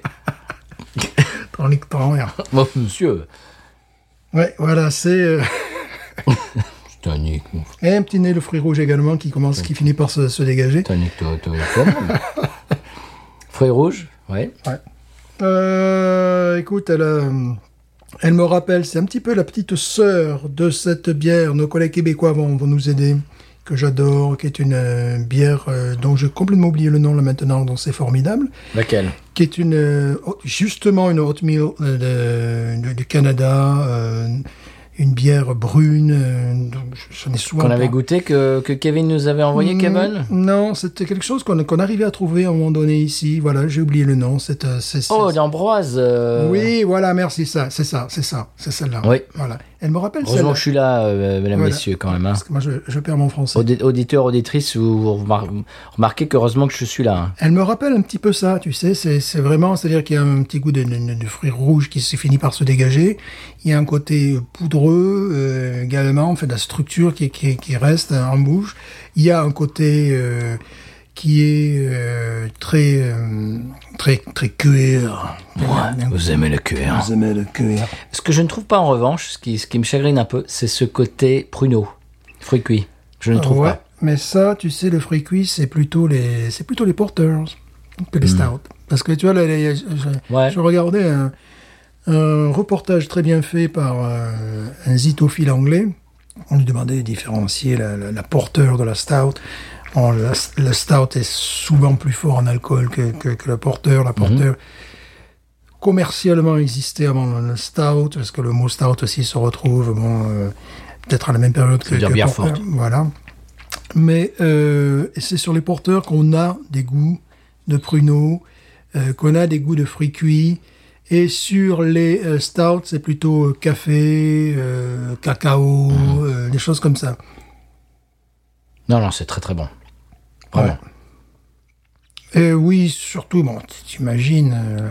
Tannique ta mère. Moi, monsieur. Ouais, voilà, c'est... euh, Tonic, Et un petit nez, le fruit rouge également, qui commence, qui finit par se, se dégager. tonic, toi, toi, toi, même. Fruits rouges, ouais. Euh, écoute, elle, a- elle me rappelle, c'est un petit peu la petite sœur de cette bière. Nos collègues québécois vont, vont nous aider, que j'adore, qui est une euh, bière euh, dont j'ai complètement oublié le nom là maintenant, donc c'est formidable. Laquelle Qui est une, euh, justement une oatmeal euh, de- de- du Canada, euh, une bière brune, euh, donc j'en ai souvent. Qu'on avait par- goûté, que, que Kevin nous avait envoyé, Kevin Mm, Non, c'était quelque chose qu'on qu'on arrivait à trouver à un moment donné ici. Voilà, j'ai oublié le nom. C'est euh, c'est- c'est- Oh, d'Ambroise. euh, Oui, voilà, merci, ça, c'est ça, c'est ça, c'est celle-là. Oui. Voilà. Elle me rappelle Heureusement celle-là. que je suis là, euh, mesdames, Voilà. messieurs, quand même. hein. Parce que moi, je, je perds mon français. Audi- Auditeurs, auditrices, vous, vous remar- remarquez qu'heureusement que je suis là. hein. Elle me rappelle un petit peu ça, tu sais, c'est c'est vraiment, c'est-à-dire qu'il y a un petit goût de, de, de fruits rouges qui se finit par se dégager. Il y a un côté poudreux euh, également, en fait, de la structure qui, qui, qui reste en bouche. Il y a un côté euh, qui est euh, très, euh, très, très cuir. Vous aimez le cuir. Vous aimez le cuir. Ce que je ne trouve pas en revanche, ce qui, ce qui me chagrine un peu, c'est ce côté pruneau, fruit cuit. Je ne trouve Ouais, pas. Mais ça, tu sais, le fruit cuit, c'est plutôt les, c'est plutôt les porters que les stouts. Parce que tu vois, là, là, je, je- Ouais. je regardais un, un reportage très bien fait par euh, un zitophile anglais. On lui demandait de différencier la, la, la porter de la stout. Bon, la, la Oh, stout est souvent plus fort en alcool que, que, que la porter. Mhm. La porter commercialement existait avant le stout, parce que le mot stout aussi se retrouve, bon, euh, peut-être à la même période que, veut dire que bière porter, forte. Voilà. Mais euh, c'est sur les porteurs qu'on a des goûts de pruneaux, euh, qu'on a des goûts de fruits cuits. Et sur les euh, stouts, c'est plutôt euh, café, euh, cacao, Mhm. euh, des choses comme ça. Non, non, c'est très très bon. Vraiment. Euh, oui, surtout, bon, tu- t'imagines, euh,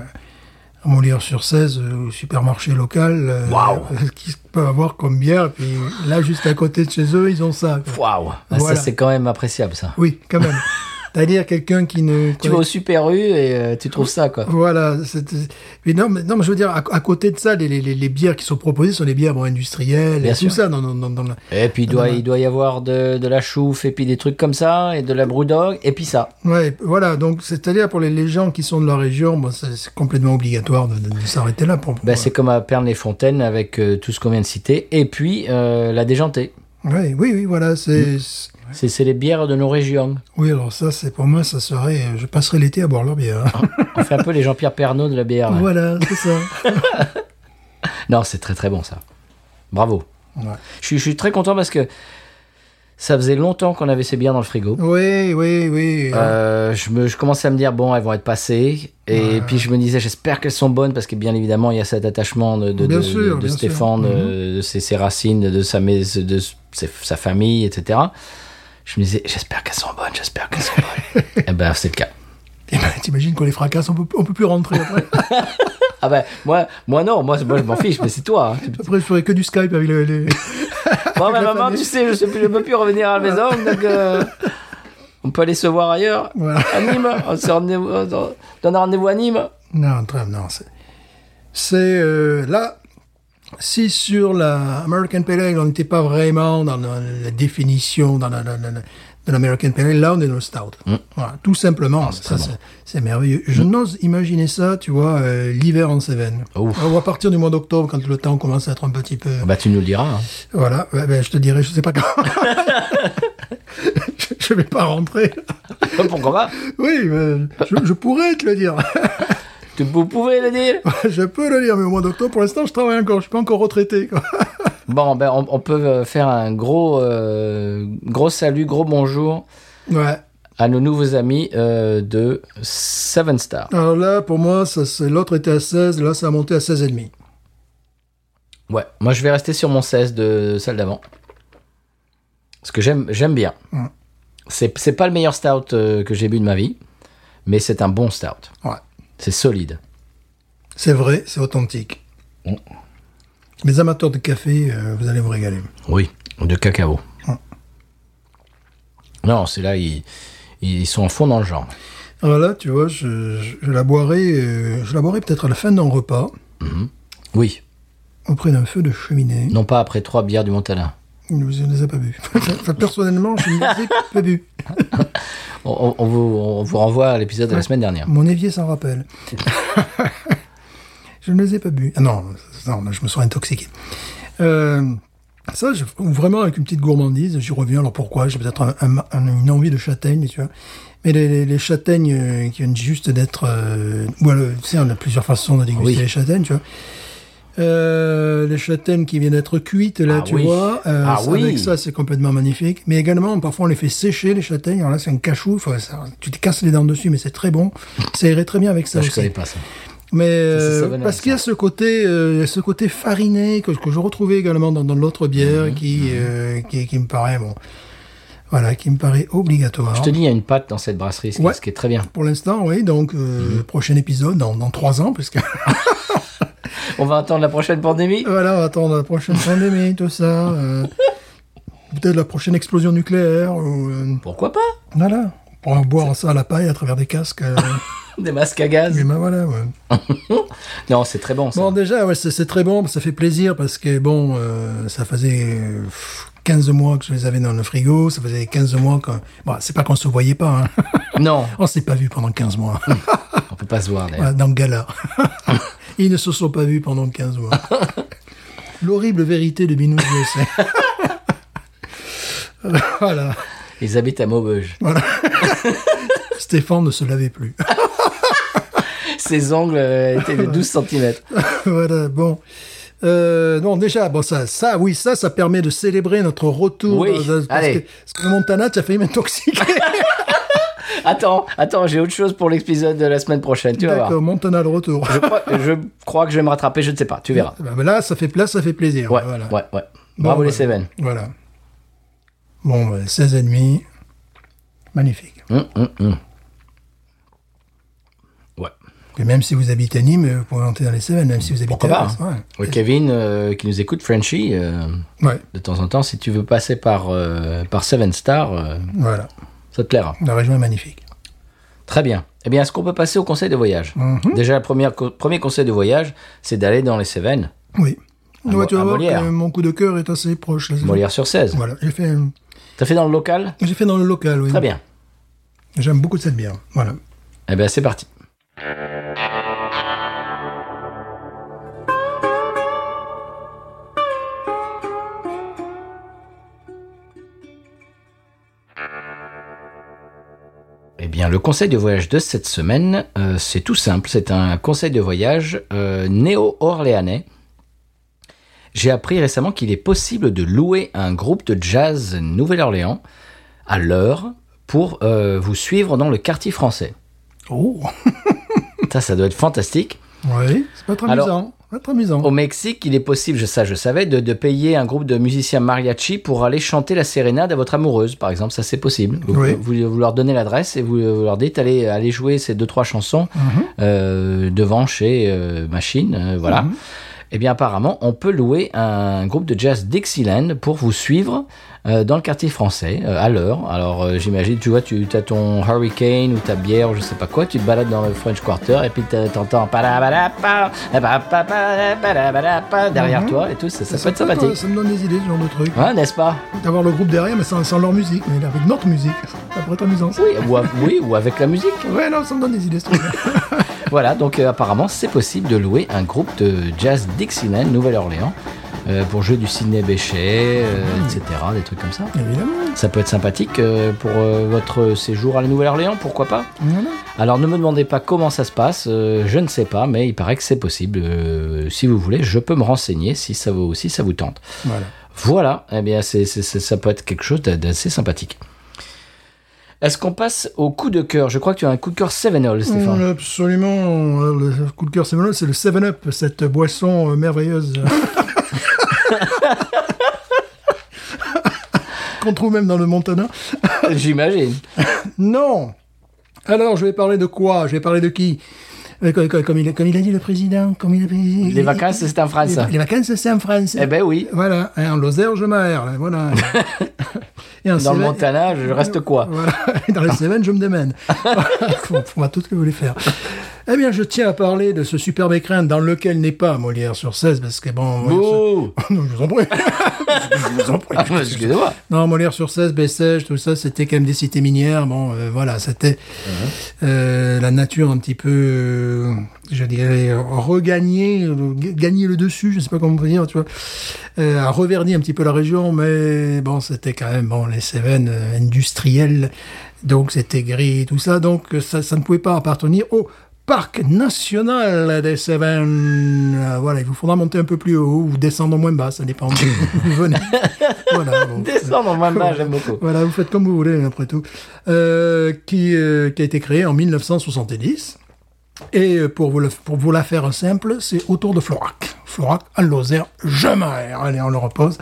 à Molière sur 16 euh, au supermarché local euh, Waouh. qu'ils peuvent avoir comme bière. Et puis là, juste à côté de chez eux, ils ont ça. quoi. Waouh Ah, Voilà. Ça, c'est quand même appréciable, ça. Oui, quand même. C'est-à-dire quelqu'un qui ne... Tu vas au Super U et euh, tu trouves ça, quoi. Voilà, c'est- mais non, mais non, mais je veux dire, à, à côté de ça, les, les, les- les bières qui sont proposées sont des bières bon, industrielles Bien et sûr. tout ça. Non, non, non, non, non. Et puis, il doit, il doit y avoir de, de la chouffe, et puis des trucs comme ça, et de la brewdog, et puis ça. Ouais, voilà, donc c'est-à-dire pour les, les gens qui sont de la région, bon, c'est c'est complètement obligatoire de, de- de s'arrêter là. Pour, pour- Ben, c'est comme à Pernes-les-Fontaines avec euh, tout ce qu'on vient de citer, et puis euh, la déjantée. Ouais, oui, oui, voilà, Mm. c'est... c'est- C'est c'est les bières de nos régions. Oui, alors ça, c'est pour moi, ça serait... euh, Je passerai l'été à boire leur bière. hein. On fait un peu les Jean-Pierre Pernaud de la bière. là. voilà, c'est ça. Non, c'est très très bon ça. Bravo. Ouais. Je, suis- je suis très content parce que ça faisait longtemps qu'on avait ces bières dans le frigo. Oui, oui, oui. Euh, je, me, je commençais à me dire, bon, elles vont être passées. Et puis je me disais, j'espère qu'elles sont bonnes parce que bien évidemment, il y a cet attachement de, de, Bien de- sûr, Mhm. de bien Stéphane, sûr. euh, de ses, ses racines, de, sa, mais- de ses- sa famille, etc. Je me disais, j'espère qu'elles sont bonnes, j'espère qu'elles sont bonnes. et ben, c'est le cas. Eh ben, T'imagines qu'on les fracasse, on peut, on peut plus rentrer après. Ah ben, moi, moi non, moi, moi je m'en fiche, mais c'est toi. hein. Après, je ferai que du Skype avec les... les- Bon, ma la maman, famille. tu sais, je sais plus, je peux plus revenir à la maison, donc euh, on peut aller se voir ailleurs. Voilà. À Nîmes, on se rendez-vous- on se donne rendez-vous à Nîmes. Non, très- non, c'est... C'est euh, là, si sur la American Pale Ale, on n'était pas vraiment dans la, la définition dans la, la- la- la- de l'American Pale Ale, là, on est dans le stout. Voilà, tout simplement. Ça, c'est, c'est merveilleux. Je n'ose imaginer ça, tu vois, euh, l'hiver en Cévennes. Ouf. Ou à partir du mois d'octobre, quand le temps commence à être un petit peu... Bah, tu nous le diras. Voilà, ouais, ben, je te dirai, je sais pas quand. je, je vais pas rentrer. Pourquoi pas Oui, euh, je, je pourrais te le dire. Tu- Vous pouvez le dire je peux le dire, mais au mois d'octobre, pour l'instant, je travaille encore, je suis pas encore retraité. quoi. Bon, ben, on, on peut euh, faire un gros, euh, gros salut, gros bonjour Ouais. à nos nouveaux amis euh, de Seven Star. Alors là, pour moi, ça, c'est- l'autre était à 16, là, ça a monté à 16,5. Ouais, moi je vais rester sur mon 16 de celle d'avant. Parce que j'aime j'aime bien. Mm. C'est c'est pas le meilleur stout euh, que j'ai bu de ma vie, mais c'est un bon stout. Ouais. C'est solide. C'est vrai, c'est authentique. Mm. Les amateurs de café, euh, vous allez vous régaler. Oui, de cacao. Non, c'est là, ils, ils sont en fond dans le genre. Alors là, tu vois, je, je- je la boirai, euh, je la boirai peut-être à la fin d'un repas, Oui, auprès d'un feu de cheminée. non pas après trois bières du Montana. Je ne les ai pas bu. Enfin, personnellement, je ne les ai pas bu. On, on- on vous, on vous renvoie à l'épisode de la semaine dernière. Mon évier s'en rappelle. je ne les ai pas bu. Ah non, non, là, je me sens intoxiqué. Euh, ça, je- vraiment avec une petite gourmandise, j'y reviens. Alors pourquoi J'ai peut-être un- un- un- une envie de châtaigne, tu vois. Mais les, les- les châtaignes euh, qui viennent juste d'être... euh, ou alors, tu sais, on a plusieurs façons de déguster Oui. les châtaignes, tu vois. Euh, les châtaignes qui viennent d'être cuites, là, Ah tu oui. vois. euh, Ah ça, oui. Avec ça, c'est complètement magnifique. Mais également, parfois, on les fait sécher, les châtaignes. Alors là, c'est un cachou. Faut- ça- tu te casses les dents dessus, mais c'est très bon. Ça irait très bien avec ça Ça, Ah, je aussi. connais pas ça. Mais c'est euh, Savonal, parce ça. qu'il y a ce côté, euh, ce côté fariné que, que je retrouvais également dans, dans l'autre bière, Mhm, qui, euh, qui, qui me paraît bon, voilà, qui me paraît obligatoire. Je te dis, il y a une patte dans cette brasserie, ce qui, Ouais. ce qui est très bien. Pour l'instant, oui. Donc, euh, Mhm. prochain épisode dans, dans trois ans, parce que On va attendre la prochaine pandémie. voilà, on va attendre la prochaine pandémie, tout ça, euh, peut-être la prochaine explosion nucléaire, ou euh, Pourquoi pas voilà, on pourra boire ça à la paille à travers des casques. euh, Des masques à gaz. mais ben voilà. ouais. Non, c'est très bon ça. Bon, déjà, ouais, c'est c'est très bon, ça fait plaisir parce que, bon, euh, ça faisait euh, pff, 15 mois que je les avais dans le frigo, ça faisait 15 mois que... Bon, c'est pas qu'on se voyait pas, hein. Non, on s'est pas vu pendant 15 mois, on peut pas se voir. d'ailleurs. Voilà, dans le gala. Ils ne se sont pas vus pendant 15 mois. L'horrible vérité de Binous USA. voilà, Ils habitent à Maubeuge. Stéphane ne se lavait plus. Ses ongles euh, étaient de 12 cm. voilà, bon. Euh, non, déjà, bon, ça, ça, oui, ça, ça permet de célébrer notre retour. Oui, euh, parce, allez. Ah, Que, parce que le Montana, tu as failli m'intoxiquer. Attends, attends, j'ai autre chose pour l'épisode de la semaine prochaine, tu vas voir. D'accord, Montana, le retour. Je crois, je crois que je vais me rattraper, je ne sais pas, tu verras. Bah, bah, là, ça fait place, ça fait plaisir. Ouais, voilà. ouais, ouais. Bon, Bravo les bah, Seven. Voilà. Bon, bah, 16 et demi. Magnifique. Hum, hum, hum. Ouais. Que même si vous habitez Nîmes, vous pouvez monter dans les Cévennes, même si vous habitez Pourquoi hein. Arras, ouais. Oui, Kevin, euh, qui nous écoute, Frenchie, euh, Ouais, de temps en temps, si tu veux passer par, euh, par Seven Star, euh, voilà. ça te plaira. La région est magnifique. Très bien. Eh bien, est-ce qu'on peut passer au conseil de voyage Déjà, le premier, co- premier conseil de voyage, c'est d'aller dans les Cévennes, Oui. À Ouais, Mo- tu vas à voir Molière. que mon coup de cœur est assez proche. là. Molière-sur-Cèze. Voilà, j'ai fait, T'as fait dans le local j'ai fait dans le local, oui. Très bien. J'aime beaucoup cette bière. Voilà. Eh bien, c'est parti. Eh bien, le conseil de voyage de cette semaine, euh, c'est tout simple. C'est un conseil de voyage euh, néo-orléanais. J'ai appris récemment qu'il est possible de louer un groupe de jazz Nouvelle-Orléans à l'heure pour euh, vous suivre dans le quartier français. Oh Ça, ça doit être fantastique. Oui, c'est pas très Alors- oh, amusant. Pas très amusant. Au Mexique, il est possible, je- ça je savais, de, de payer un groupe de musiciens mariachi pour aller chanter la sérénade à votre amoureuse, par exemple. Ça, c'est possible. Vous, Oui. vous, vous leur donnez l'adresse et vous, vous leur dites allez, allez jouer ces deux, trois chansons Mhm. euh, devant chez euh, Machine. euh, voilà. Mhm. Eh bien, apparemment, on peut louer un groupe de jazz Dixieland pour vous suivre euh, dans le quartier français euh, à l'heure. Alors, euh, j'imagine, tu vois, tu as ton hurricane ou ta bière ou je sais pas quoi, tu te balades dans le French Quarter et puis t'as- t'entends pa-da-ba-da-pa, pa-da-ba-da-pa, pa-da-ba-da-pa derrière Mhm. toi et tout, ça, ça peut être peut sympathique. Ça me donne des idées, ce genre de truc. Hein, n'est-ce pas D'avoir le groupe derrière, mais sans, sans leur musique, mais avec notre musique. Ça pourrait être amusant. ça. oui ou, a- oui, ou avec la musique. Ouais, non, ça me donne des idées, ce truc. Voilà, donc euh, apparemment, c'est possible de louer un groupe de jazz Dixieland Nouvelle-Orléans euh, pour jouer du Sidney Bechet, euh, etc., des trucs comme ça. Évidemment. Ça peut être sympathique euh, pour euh, votre séjour à la Nouvelle-Orléans, pourquoi pas Voilà. Alors ne me demandez pas comment ça se passe, euh, je ne sais pas, mais il paraît que c'est possible. Euh, si vous voulez, je peux me renseigner si ça vous, si ça vous tente. Voilà. Voilà, eh bien c'est, c'est- c'est- ça peut être quelque chose d'a- d'assez sympathique. Est-ce qu'on passe au coup de cœur Je crois que tu as un coup de cœur Seven All, Stéphane. Mm, Absolument. Euh, Le coup de cœur Seven Up, c'est le 7 Up, cette boisson euh, merveilleuse. Qu'on trouve même dans le Montana. J'imagine. Non Alors, je vais parler de quoi Je vais parler de qui Euh, comme, comme- comme il, comme il a dit le président, comme il a dit... Les vacances, c'est en France. Les, les vacances, c'est en France. Eh ben oui. Voilà, hein, en Lozère, je m'aère. Voilà. Et en Dans le Cévennes- euh, Montana, je reste quoi voilà. Dans les semaines, je me démène. pour, pour moi, tout ce que vous voulez faire. Eh bien, je tiens à parler de ce superbe écrin dans lequel n'est pas Molière sur 16, parce que bon. Molière Bouh sur- Non, je vous en prie. je vous en prie. Ah, Excusez-moi. Non, Molière sur 16, Bessèges, tout ça, c'était quand même des cités minières. Bon, euh, voilà, c'était euh, la nature un petit peu, euh, je dirais, regagner, euh, g- gagner le dessus, je sais pas comment on peut dire, tu vois, euh, a reverni un petit peu la région, mais bon, c'était quand même bon les Cévennes euh, industrielles, donc c'était gris, tout ça, donc euh, ça, ça ne pouvait pas appartenir au Parc national des Cévennes. Euh, Voilà, il vous faudra monter un peu plus haut ou descendre moins bas, ça dépend d'où vous venez. Voilà, bon. Descendre en moins bas, j'aime beaucoup. Voilà, vous faites comme vous voulez, après tout. Euh, qui, euh, qui a été créé en 1970. Et euh, pour vous, le- pour vous la faire simple, c'est autour de Florac. Florac, à Lozère, jamais. Allez, on le repose.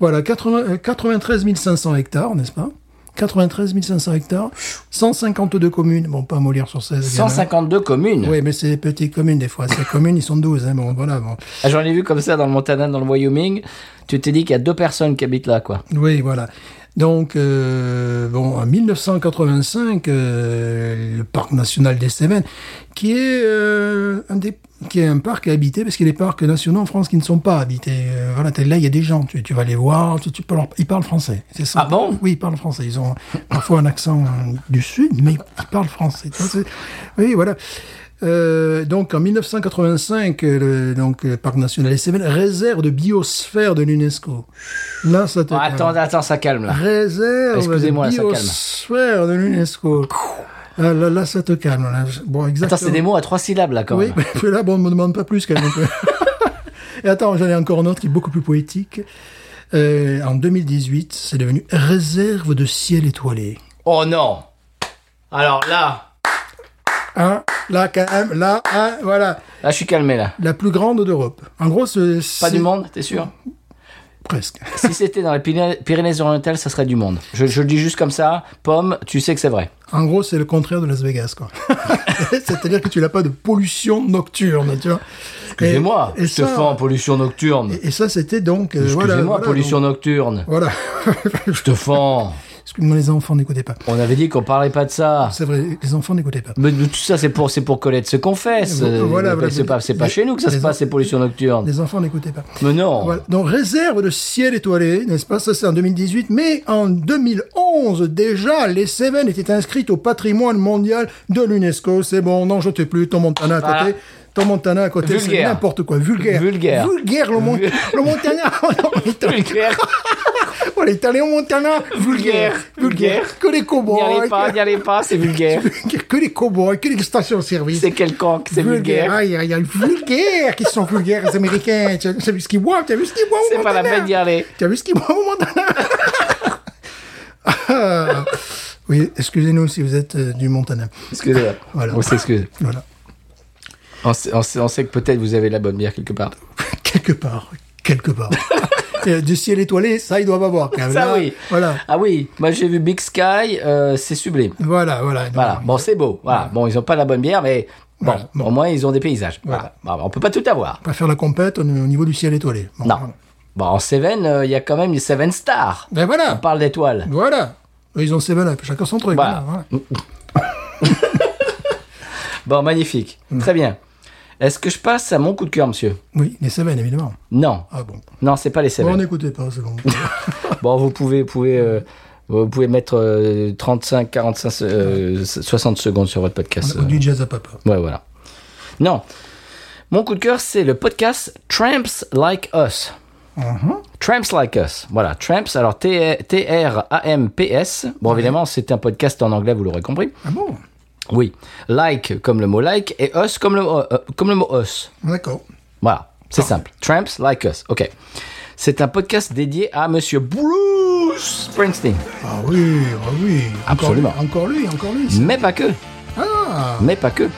Voilà, 80, euh, 93 500 hectares, n'est-ce pas 93 500 hectares, 152 communes, bon, pas Molière sur 16. évidemment. 152 communes. Oui, mais c'est des petites communes, des fois. Ces communes, ils sont 12, hein, bon, voilà, bon. Ah, J'en ai vu comme ça dans le Montana, dans le Wyoming. Tu t'es dit qu'il y a deux personnes qui habitent là, quoi. Oui, voilà. Donc, euh, bon, en 1985, euh, le parc national des Cévennes, qui est euh, un des qui est un parc habité, parce qu'il y a des parcs nationaux en France qui ne sont pas habités. Euh, voilà, t'es là, il y a des gens, tu, tu vas les voir, tu, tu peux leur- ils parlent français. C'est ça. Ah bon Oui, ils parlent français. Ils ont parfois un accent euh, du Sud, mais ils parlent français. Tu vois, c'est- oui, voilà. Euh, donc en 1985, euh, le, donc, le parc national des Cévennes, réserve de biosphère de l'UNESCO. Là, ça te Oh, attends, attends, ça calme là. réserve Excusez-moi, de ça calme. biosphère de l'UNESCO. Ah, Là, là, là, ça te calme. là. Bon, exactement. Attends, c'est des mots à trois syllabes là, quand Oui, même. mais puis là, bon, on ne me demande pas plus quand même. Et attends, j'en ai encore un autre qui est beaucoup plus poétique. Euh, en 2018, c'est devenu réserve de ciel étoilé. Oh non Alors là, Hein là, quand même, là, hein, voilà. là je suis calmé là. La plus grande d'Europe. En gros, c'est... Pas c'est- du monde, t'es sûr Presque. si c'était dans les Pyrénées- Pyrénées-Orientales, ça serait du monde. Je, je le dis juste comme ça. Pomme, tu sais que c'est vrai. En gros, c'est le contraire de Las Vegas, quoi. C'est-à-dire que tu n'as pas de pollution nocturne, tu vois. Excusez-moi, Et- et je te ça- fends en pollution nocturne. Et, et ça, c'était donc. euh, voilà, Excusez-moi, voilà, pollution nocturne. donc- voilà. Je te fends. Excuse-moi, les enfants, n'écoutez pas. On avait dit qu'on parlait pas de ça. C'est vrai, les enfants, n'écoutez pas. Mais tout ça, c'est pour, c'est pour connaître ce qu'on fait. C'est Voilà, voilà. c'est pas, c'est pas Les- chez nous que ça se les- passe, ces pollutions nocturnes. Les enfants, n'écoutez pas. Mais non. Voilà. Donc, réserve de ciel étoilé, n'est-ce pas Ça, c'est en 2018. Mais en 2011, déjà, les Cévennes étaient inscrites au patrimoine mondial de l'UNESCO. C'est bon, n'en jetez plus. Ton Montana à côté. Voilà. Ton Montana à côté, c'est Ah. Vulgaire. n'importe quoi. Vulgaire. Vulgaire. Vulgaire, le, Mon- Vul- le Montana. on est allé- Vulgaire. on est allé au Montana. Vulgaire. Vulgaire. Vulgaire. Que les N'y cowboys. allez pas, n'y allez pas, c'est vulgaire. que- Que les cowboys, que les stations-service. Ah, C'est quelconque, c'est vulgaire. Aïe, aïe, aïe, vulgaire. Qui sont vulgaires, les Américains. Tu as tu as vu ce qu'ils boivent, tu as vu ce qu'ils boivent. au C'est pas la Montana peine d'y aller. Tu as vu ce qu'ils boivent au Montana Ah. Oui, excusez-nous si vous êtes euh, du Montana. Excusez-moi. Voilà. On s'excuse. Voilà. On sait, on sait- on sait que peut-être vous avez la bonne bière quelque part. Quelque part, quelque part. Euh, du ciel étoilé, ça, ils doivent avoir quand même. Ça Là, oui. Voilà. Ah oui, moi j'ai vu Big Sky, euh, c'est sublime. Voilà, voilà. Donc, Voilà, bon c'est beau. Voilà, bon ils ont pas la bonne bière, mais bon, Voilà, bon. au moins ils ont des paysages. Voilà. Bon, on peut pas tout avoir. On va faire la compète au au niveau du ciel étoilé. Bon, Non. voilà. Bon, en Seven, euh, il y a quand même les Seven Stars. Ben voilà. On parle d'étoiles. Voilà. Ils ont ses up, chacun son truc. Voilà. voilà, voilà. Bon, magnifique. Très bien. Est-ce que je passe à mon coup de cœur, monsieur Oui, les Cévennes, évidemment. Non. Ah bon. Non, c'est pas les Bon, Seven. n'écoutez pas, c'est bon. Bon, vous pouvez, pouvez, euh, vous pouvez mettre euh, 35, 45, euh, 60 secondes sur votre podcast. euh. On a du jazz à papa. Ouais, voilà. Non. Mon coup de cœur, c'est le podcast Tramps Like Us. Mhm. Tramps Like Us. Voilà, Tramps, alors T- T-R-A-M-P-S. Bon, évidemment, c'est un podcast en anglais, vous l'aurez compris. Ah bon Oui. Like comme le mot like et us comme le, mot- euh, comme le mot us. D'accord. Voilà, c'est simple. Tramps Like Us. OK. C'est un podcast dédié à monsieur Bruce Springsteen. Ah oui, ah oui. Encore Absolument. lui, Encore lui, encore lui. Mais pas que. Ah mais pas que,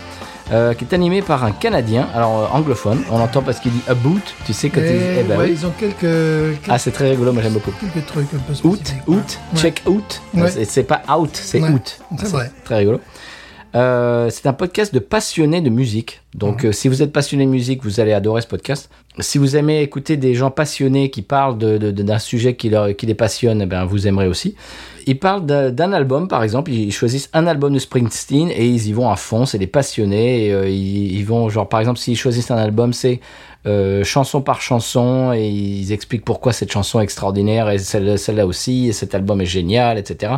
euh, qui est animé par un Canadien, alors euh, anglophone. On l'entend parce qu'il dit about, tu sais, quand il dit Eh, eh ben ouais, oui. Ils ont quelques, quelques, Ah, c'est très rigolo, moi j'aime beaucoup. quelques trucs un peu Out, spécifiques. out, Ouais. check out. Ouais. C'est- C'est pas out, c'est Ouais, out. c'est vrai. Très rigolo. Euh, c'est un podcast de passionnés de musique. Donc, Mhm. euh, si vous êtes passionné de musique, vous allez adorer ce podcast. Si vous aimez écouter des gens passionnés qui parlent de- de- de- d'un sujet qui, leur, qui les passionne, eh ben, vous aimerez aussi. Ils parlent d'un d'un album, par exemple. Ils choisissent un album de Springsteen et ils y vont à fond. C'est des passionnés. et, euh, ils, ils vont, genre, par exemple, s'ils choisissent un album, c'est euh, chanson par chanson et ils expliquent pourquoi cette chanson est extraordinaire et celle- celle-là aussi et cet album est génial, etc.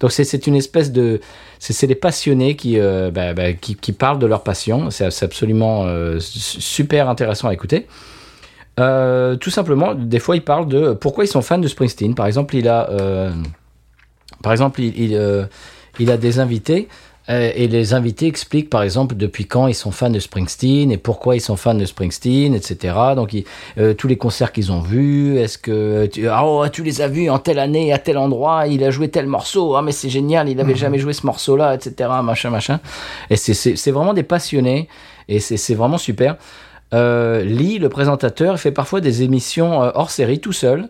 Donc c'est- c'est une espèce de... C'est c'est les passionnés qui, euh, bah, bah, qui, qui parlent de leur passion. C'est c'est absolument euh, su- super intéressant à écouter. Euh, tout simplement, des fois, ils parlent de pourquoi ils sont fans de Springsteen. Par exemple, il a, euh, par exemple, il, il, euh, il a des invités. euh, Et les invités expliquent, par exemple, depuis quand ils sont fans de Springsteen et pourquoi ils sont fans de Springsteen, etc. Donc, ils- euh, tous les concerts qu'ils ont vus, est-ce que tu, ah, oh, tu les as vus en telle année, à tel endroit, il a joué tel morceau, ah mais c'est génial, il avait jamais joué ce morceau-là, etc. Machin, machin. Et c'est- c'est c'est vraiment des passionnés et c'est c'est vraiment super. Euh, Lee, le présentateur, fait parfois des émissions euh, hors série tout seul.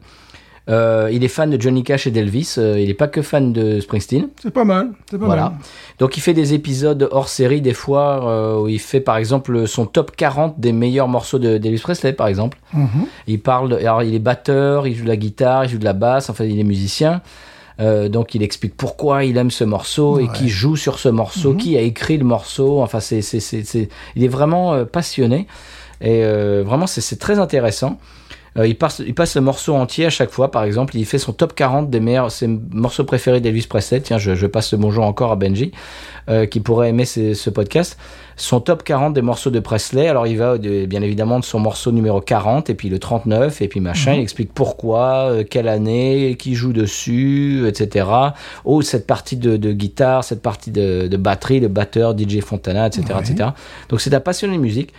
Euh, il est fan de Johnny Cash et d'Elvis. euh, il n'est pas que fan de Springsteen. C'est pas mal, c'est pas Voilà. mal. Donc il fait des épisodes hors série des fois euh, où il fait par exemple son top 40 des meilleurs morceaux de d'Elvis Presley par exemple. Mhm. Il parle, alors il est batteur, il joue de la guitare, il joue de la basse, enfin il est musicien. Euh, donc il explique pourquoi il aime ce morceau et Ouais. qui joue sur ce morceau, qui a écrit le morceau. Enfin c'est c'est c'est c'est- il est vraiment euh, passionné et euh, vraiment c'est c'est très intéressant. Euh, il passe il passe le morceau entier à chaque fois. Par exemple il fait son top 40 des meilleurs ses morceaux préférés d'Elvis Presley. Tiens je, je passe le bonjour encore à Benji euh, qui pourrait aimer ce, ce podcast. Son top 40 des morceaux de Presley. Alors, il va euh, de- bien évidemment de son morceau numéro 40 et puis le 39 et puis machin. Il explique pourquoi, euh, quelle année, qui joue dessus, etc. Oh, cette partie de, de guitare, cette partie de, de batterie, le batteur DJ Fontana, etc. etc. Donc, c'est un passionné de musique.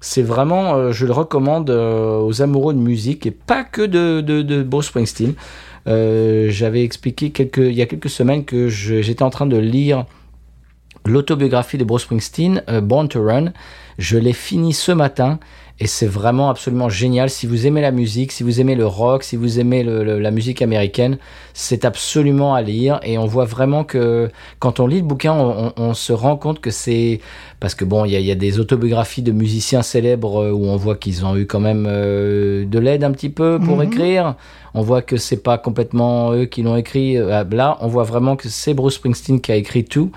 C'est vraiment, euh, je le recommande euh, aux amoureux de musique et pas que de, de, de Bruce Springsteen. Euh, J'avais expliqué quelques, il y a quelques semaines que je- j'étais en train de lire l'autobiographie de Bruce Springsteen, euh, Born to Run. Je l'ai fini ce matin Et c'est vraiment absolument génial. Si vous aimez la musique, si vous aimez le rock, si vous aimez le- le- la musique américaine, c'est absolument à lire. Et on voit vraiment que quand on lit le bouquin, on, on- on se rend compte que c'est parce que bon, il y, a- il y a des autobiographies de musiciens célèbres euh, où on voit qu'ils ont eu quand même euh, de l'aide un petit peu pour Mhm. écrire. On voit que c'est pas complètement eux qui l'ont écrit. Euh, Là, on voit vraiment que c'est Bruce Springsteen qui a écrit tout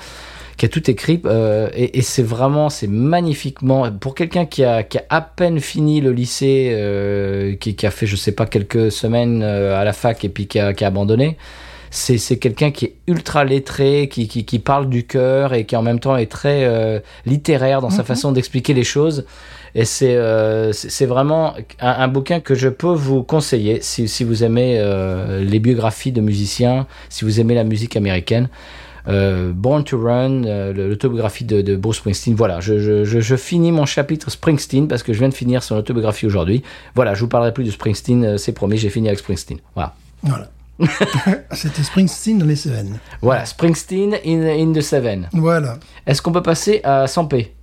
qui a tout écrit euh, et, et c'est vraiment c'est magnifiquement pour quelqu'un qui a, qui a à peine fini le lycée euh, qui, qui a fait je sais pas quelques semaines euh, à la fac et puis qui a, qui a abandonné c'est c'est quelqu'un qui est ultra lettré qui, qui, qui parle du cœur et qui en même temps est très euh, littéraire dans sa façon d'expliquer les choses et c'est euh, c'est c'est vraiment un, un bouquin que je peux vous conseiller si, si vous aimez euh, les biographies de musiciens, si vous aimez la musique américaine. Euh, Born to Run, euh, le- l'autobiographie de, de Bruce Springsteen. Voilà, je, je, je, je finis mon chapitre Springsteen parce que je viens de finir son autobiographie aujourd'hui. Voilà, je vous parlerai plus de Springsteen, euh, c'est promis, j'ai fini avec Springsteen. Voilà. Voilà. C'était Springsteen dans les Cévennes. Voilà, Springsteen in, in the Seven. Voilà. Est-ce qu'on peut passer à Sampé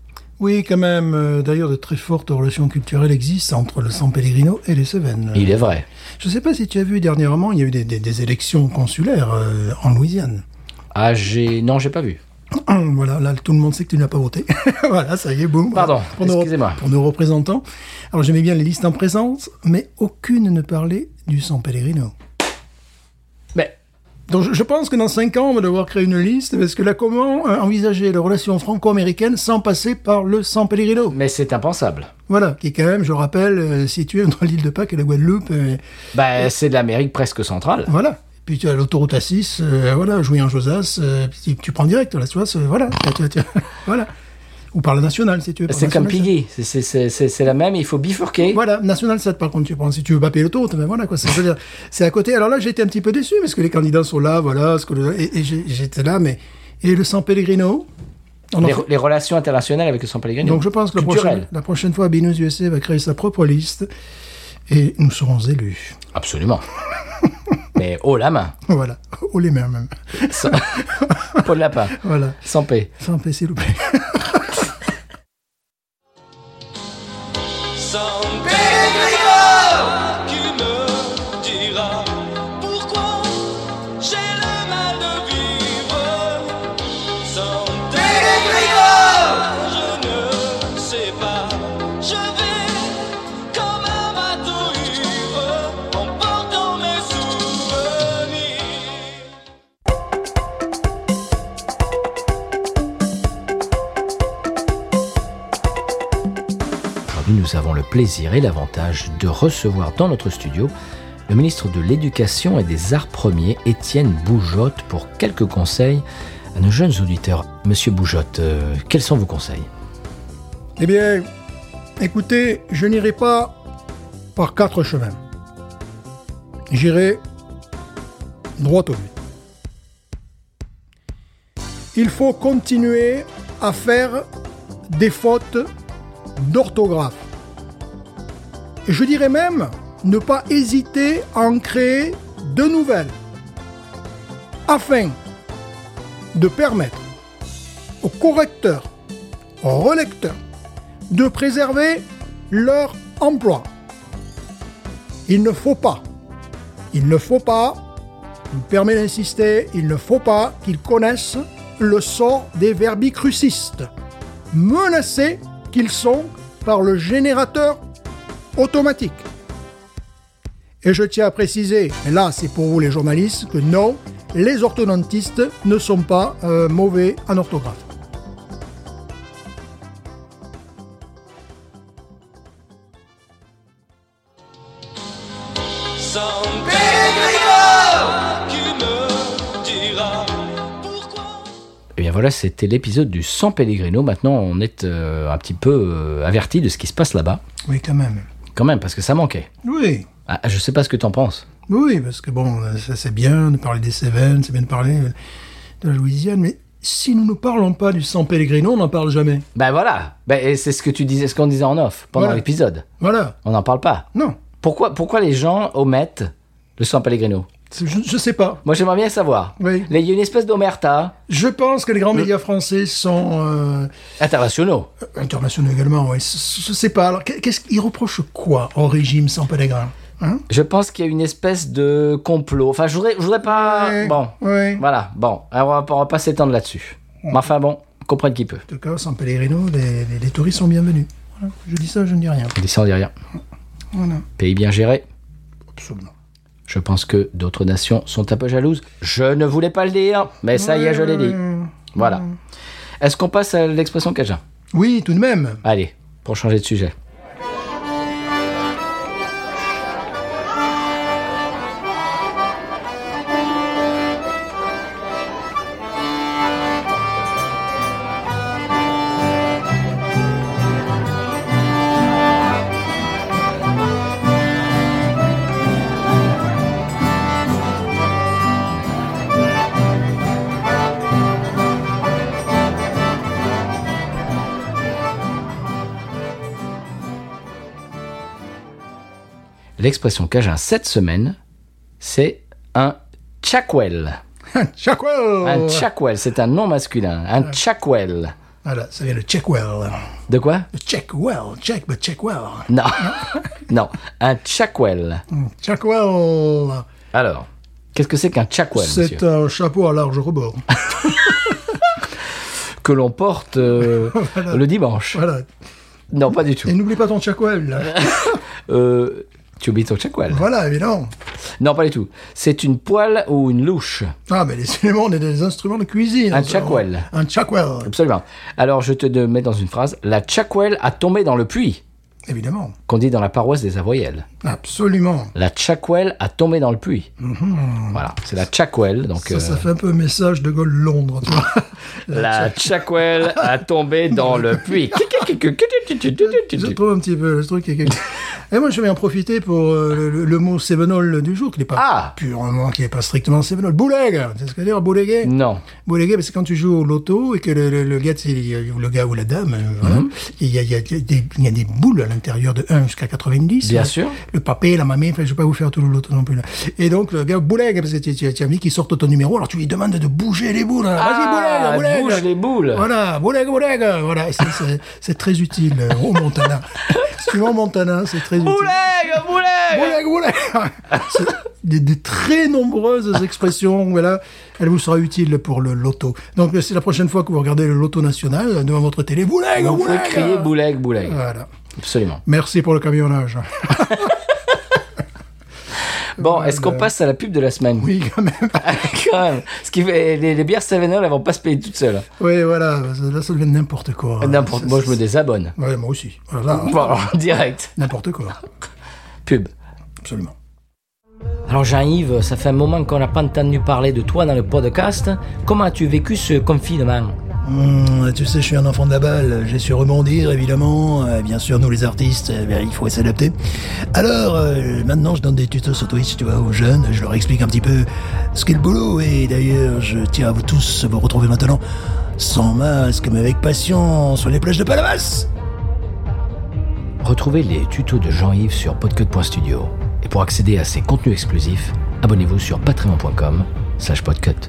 Oui, quand même. euh, D'ailleurs, de très fortes relations culturelles existent entre le San Pellegrino et les Cévennes. Il est vrai. Je ne sais pas si tu as vu dernièrement, il y a eu des, des- des élections consulaires euh, en Louisiane. Ah, j'ai. Non, j'ai pas vu. voilà, là, tout le monde sait que tu n'as pas voté. voilà, ça y est, boum. Pardon, Pour nos- excusez-moi. Pour nos représentants. Alors, j'aimais bien les listes en présence, mais aucune ne parlait du San Pellegrino. Mais Donc, je, je pense que dans cinq ans, on va devoir créer une liste, parce que là, comment euh, envisager les relations franco-américaines sans passer par le San Pellegrino Mais c'est impensable. Voilà, qui est quand même, je le rappelle, euh, situé entre l'île de Pâques et la Guadeloupe. euh, Bah, c'est de l'Amérique presque centrale. Voilà. Puis tu as l'autoroute A6, euh, voilà, Jouy-en-Josas, euh, tu, tu prends direct, là, tu vois, c'est- voilà, tu- tu- tu- voilà. Ou par la nationale, si tu veux. par C'est la comme nationale, Piggy, c'est- c'est- c'est c'est- c'est la même, il faut ça- bifurquer. Voilà, nationale 7, par contre, tu prends, si tu veux pas payer l'autoroute, mais voilà, quoi, c'est- je veux dire, c'est à côté. Alors là, j'ai été un petit peu déçu, parce que les candidats sont là, voilà, ce que le- et, et j'ai- j'étais là, mais, et le San Pellegrino? On en Les, fait- les relations internationales avec le San Pellegrino. Donc je pense que la prochaine, Culturelles. la prochaine fois, Binous USA va créer sa propre liste, et nous serons élus. Absolument. Mais haut la main, Voilà, ou les mêmes, même. sans... Paul Lapin, Voilà, sans paix. sans paix, s'il vous plaît. San Pellegrino, qui me dira pourquoi j'ai le mal de vivre. San Pellegrino, je ne sais pas, je vais comme un bateau ivre en portant mes souvenirs. Aujourd'hui, nous avons le plaisir et l'avantage de recevoir dans notre studio le ministre de l'Éducation et des Arts Premiers, Étienne Boujotte, pour quelques conseils à nos jeunes auditeurs. Monsieur Boujotte, euh, quels sont vos conseils Eh bien, écoutez, je n'irai pas par quatre chemins. J'irai droit au but. Il faut continuer à faire des fautes d'orthographe. Et Je dirais même ne pas hésiter à en créer de nouvelles afin de permettre aux correcteurs relecteurs de préserver leur emploi. Il ne faut pas, il ne faut pas, je me permets d'insister, il ne faut pas qu'ils connaissent le sort des verbicrucistes, menacés qu'ils sont par le générateur automatique. Et je tiens à préciser, et là c'est pour vous les journalistes, que non, les orthodontistes ne sont pas euh, mauvais en orthographe. San Pellegrino, qui me dira pourquoi. Eh bien voilà, c'était l'épisode du San Pellegrino. Maintenant, on est euh, un petit peu euh, averti de ce qui se passe là-bas, Oui, quand même. quand même, parce que ça manquait. Oui, Ah, je sais pas ce que t'en penses. oui, parce que bon, ça c'est bien de parler des Cévennes, c'est bien de parler euh, de la Louisiane, mais si nous ne parlons pas du San Pellegrino, on n'en parle jamais. Ben voilà, ben, et c'est ce que tu disais, ce qu'on disait en off pendant Voilà. l'épisode. Voilà. On n'en parle pas. Non. Pourquoi, pourquoi les gens omettent le San Pellegrino Je, je sais pas. Moi, j'aimerais bien savoir. Oui. Là, Il y a une espèce d'omerta Je pense que les grands médias français sont euh, internationaux. internationaux également. Ouais. Je, je sais pas. Alors, qu'est-ce qu'ils reprochent quoi au régime sans Pellegrin hein Je pense qu'il y a une espèce de complot. Enfin, je voudrais, je voudrais pas. Ouais, Ah, Bon, Bah. ouais. voilà, bon. Alors, on va, pas- on va pas s'étendre là-dessus. Mais enfin, bon, comprenne qui peut. En tout cas, sans Pellegrino, les, les- les touristes sont bienvenus. Voilà. Je dis ça, je ne dis rien. On dit ça, on dit rien. Voilà. Pays bien géré. Absolument. Je pense que d'autres nations sont un peu jalouses. Je ne voulais pas le dire, mais ça y est, je l'ai dit. Voilà. Est-ce qu'on passe à l'expression cajun Oui, tout de même. Allez, pour changer de sujet. L'expression cajun cette semaine, c'est un chakwel. Chackwell Un chakwel, c'est un nom masculin. Un chakwel. Voilà, ça vient de Checkwell. De quoi De Checkwell. Check, but Checkwell. Non. non, un chakwel. Checkwell. Alors, qu'est-ce que c'est qu'un chakwel, monsieur C'est un chapeau à large rebord. Que l'on porte euh, Voilà. le dimanche. voilà. Non, pas du tout. Et n'oublie pas ton Checkwell. Euh, tu oublies ton chakwel. voilà, évidemment. Non, pas du tout. C'est une poêle ou une louche. Ah, mais les éléments, on est des instruments de cuisine. Un ça. Checkwell. Un Checkwell, Absolument. Alors, je te mets dans une phrase. La chakwel a tombé dans le puits, évidemment. qu'on dit dans la paroisse des Avoyelles. Absolument. La chakwel a tombé dans le puits. Voilà, c'est la chakwel. Donc, Mhm. Ça, ça euh, fait un peu message de Gaulle-Londres, tu vois. la chakwel a tombé dans le puits. Je trouve un petit peu le truc. est quelque- Et moi, je vais en profiter pour euh, le, le- le mot sévenol du jour, qui n'est pas Ah. purement, qui n'est pas strictement sévenol. Bouleg C'est ce que veut dire, bouleguer Non. Bouleguer, parce que quand tu joues au loto et que le, le- le gars, c'est- ou le gars ou la dame, euh, voilà, Mhm. il y, a, il y a des, il y a des boules à l'intérieur de 1 jusqu'à 90. Bien Euh, sûr. Le papé, la mamie, enfin, je vais pas vous faire tout le loto non plus. là. Et donc, le gars boulegue, parce que tu, tu- tu as mis qu'il sorte ton numéro, alors tu lui demandes de bouger les boules. hein. Ah, Vas-y, boulegue, boulegue bouge les boules. voilà, bouleg, bouleg, voilà, c'est- c'est- c'est très utile euh, au Montana. Suivant Montana, c'est très utile. Bouleg, bouleg. Bouleg, bouleg. C'est Des, des très nombreuses expressions, voilà, elle vous sera utile pour le loto. Donc, euh, c'est la prochaine fois que vous regardez le loto national euh, devant votre télé, bouleg, On peut bouleg. crier bouleg, bouleg. Voilà. Absolument. Merci pour le camionnage. Bon, est-ce qu'on passe à la pub de la semaine Oui, quand même. Quand même. Ce qui fait, les, les bières Savenol, elles vont pas se payer toutes seules. Oui, voilà, là, ça devient n'importe quoi. N'importe, moi, je me désabonne. Ouais, moi aussi. Voilà, Bon, alors, direct. n'importe quoi. Pub. Absolument. Alors, Jean-Yves, ça fait un moment qu'on n'a pas entendu parler de toi dans le podcast. Comment as-tu vécu ce confinement Hum, tu sais, je suis un enfant de la balle. J'ai su rebondir, évidemment. Euh, bien sûr, nous les artistes, euh, ben, il faut s'adapter. Alors, euh, maintenant, je donne des tutos sur Twitch, tu vois, aux jeunes. Je leur explique un petit peu ce qu'est le boulot. Et d'ailleurs, je tiens à vous tous vous retrouver maintenant sans masque, mais avec passion, sur les plages de Palmas. Retrouvez les tutos de Jean-Yves sur podcut.studio. Et pour accéder à ses contenus exclusifs, abonnez-vous sur patreon.com slash podcut.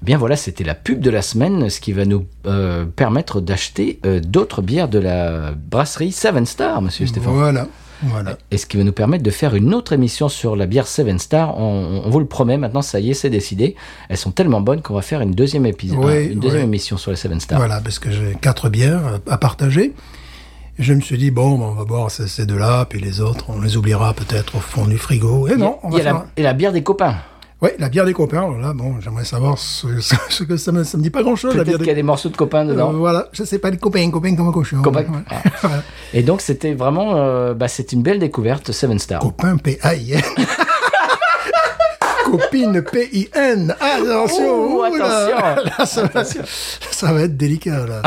Bien voilà, c'était la pub de la semaine, ce qui va nous euh, permettre d'acheter euh, d'autres bières de la brasserie Seven Star, monsieur Stéphane. Voilà. Voilà. Et ce qui va nous permettre de faire une autre émission sur la bière Seven Star. On, on vous le promet, maintenant, ça y est, c'est décidé. Elles sont tellement bonnes qu'on va faire une deuxième, épisode, Oui, une deuxième oui. émission sur la Seven Star. Voilà, parce que j'ai quatre bières à partager. Je me suis dit, bon, ben, on va boire ces, ces deux-là, puis les autres, on les oubliera peut-être au fond du frigo. Et non, on Il y va a la- faire... et la bière des copains. Ouais, la bière des copains, alors là, bon, j'aimerais savoir ce, ce- ce que ça me, ça me dit pas grand-chose, la Peut-être bière qu'il y a des des morceaux de copains dedans. Euh, voilà, je sais pas, les copains, copains comme un cochon. Copains. Ouais. Ah. Voilà. Et donc, c'était vraiment, euh, bah, c'est une belle découverte, Seven Star. Copain P.I.N. Copine P.I.N. Attention! Ouh, oula. attention. Là, ça, va, ça va être délicat, là.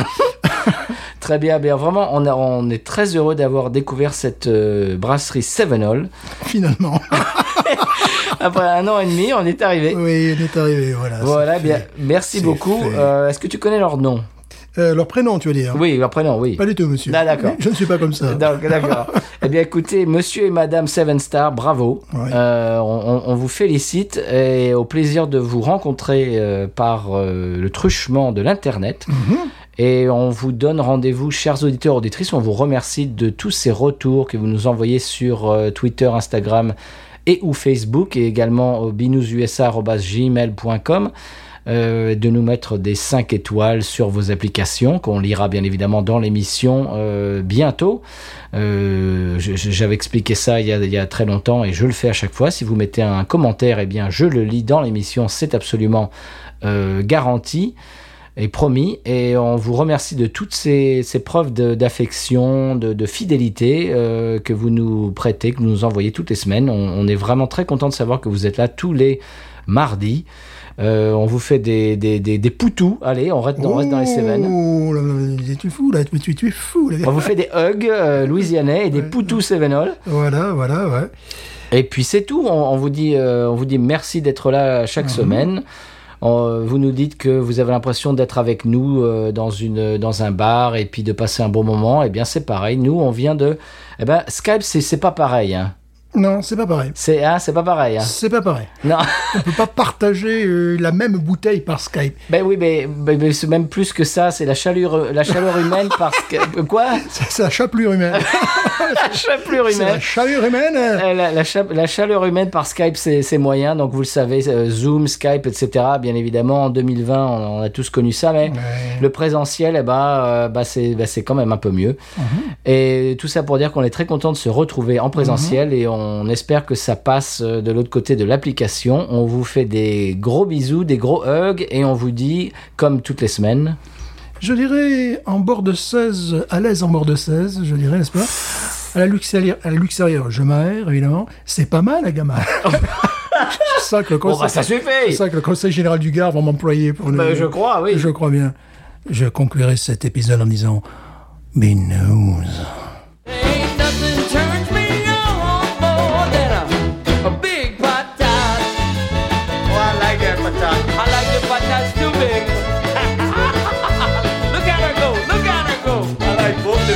Très bien, bien vraiment, on, a- on est très heureux d'avoir découvert cette euh, brasserie Seven Hall. Finalement. Après un an et demi, on est arrivé. oui, on est arrivé, voilà. Voilà, c'est bien, fait. merci C'est beaucoup. fait. Euh, Est-ce que tu connais leur nom Euh, leur prénom, tu veux dire Oui, leur prénom, oui. Pas du tout, monsieur. Ah, d'accord. Je ne suis pas comme ça. Donc, d'accord. eh bien, écoutez, monsieur et madame Seven Star, bravo. Ouais. Euh, on, on- on vous félicite et au plaisir de vous rencontrer euh, par euh, le truchement de l'Internet. Et on vous donne rendez-vous, chers auditeurs, auditrices. On vous remercie de tous ces retours que vous nous envoyez sur euh, Twitter, Instagram et ou Facebook et également au binoususa.gmail.com. euh, de nous mettre des 5 étoiles sur vos applications qu'on lira bien évidemment dans l'émission euh, bientôt. Euh, je- je- J'avais expliqué ça il y, a, il y a très longtemps et je le fais à chaque fois. Si vous mettez un commentaire, eh bien, je le lis dans l'émission. C'est absolument euh, garanti et promis. Et on vous remercie de toutes ces, ces preuves de- d'affection, de, de fidélité euh, que vous nous prêtez, que vous nous envoyez toutes les semaines. On, on est vraiment très content de savoir que vous êtes là tous les mardis. Euh, on vous fait des, des, des, des poutous. Allez, on reste, on reste dans les Cévennes. Oh là là, là, tu es fou, là. Tu, tu- tu es fou, là. On vous fait des hugs euh, louisianais et des poutous sévénols. Voilà, voilà, ouais. Et puis c'est tout. On, on vous dit, euh, on vous dit merci d'être là chaque semaine. On- vous nous dites que vous avez l'impression d'être avec nous euh, dans une dans un bar et puis de passer un bon moment. Eh bien c'est pareil. Nous on vient de. Eh ben Skype c'est c'est pas pareil. Hein. Non, c'est pas pareil. C'est hein, c'est pas pareil. Hein. C'est pas pareil. Non. On peut pas partager euh, la même bouteille par Skype. ben oui mais, mais- mais c'est même plus que ça. C'est la chaleur la chaleur humaine parce que quoi C'est c'est la chapelure humaine. La chapelure c'est la humaine. chapelure humaine. hein. Euh, la, la cha- la chaleur humaine par Skype, c'est c'est moyen. Donc, vous le savez, euh, Zoom, Skype, etc. Bien évidemment, en 2020, on, on a tous connu ça, mais le présentiel, eh ben, euh, bah, c'est bah, c'est quand même un peu mieux. Et tout ça pour dire qu'on est très content de se retrouver en présentiel et on espère que ça passe euh, de l'autre côté de l'application. On vous fait des gros bisous, des gros hugs et on vous dit, comme toutes les semaines, Je dirais en bord de 16, à l'aise en bord de 16, je dirais, n'est-ce pas À la luxarrière, à la luxarrière, je m'aère, évidemment. C'est pas mal, la gamme. c'est ça que le bon, bah, conseil, ça c'est suffit. ça que le conseil général du Gard va m'employer pour le- Bah, je crois, oui. Je crois bien. Je conclurai cet épisode en disant Binous. Ain't nothing turns me on more than a, a big patat. Oh, I like that patat. I like the patats too big. look at her go, look at her go. I like both the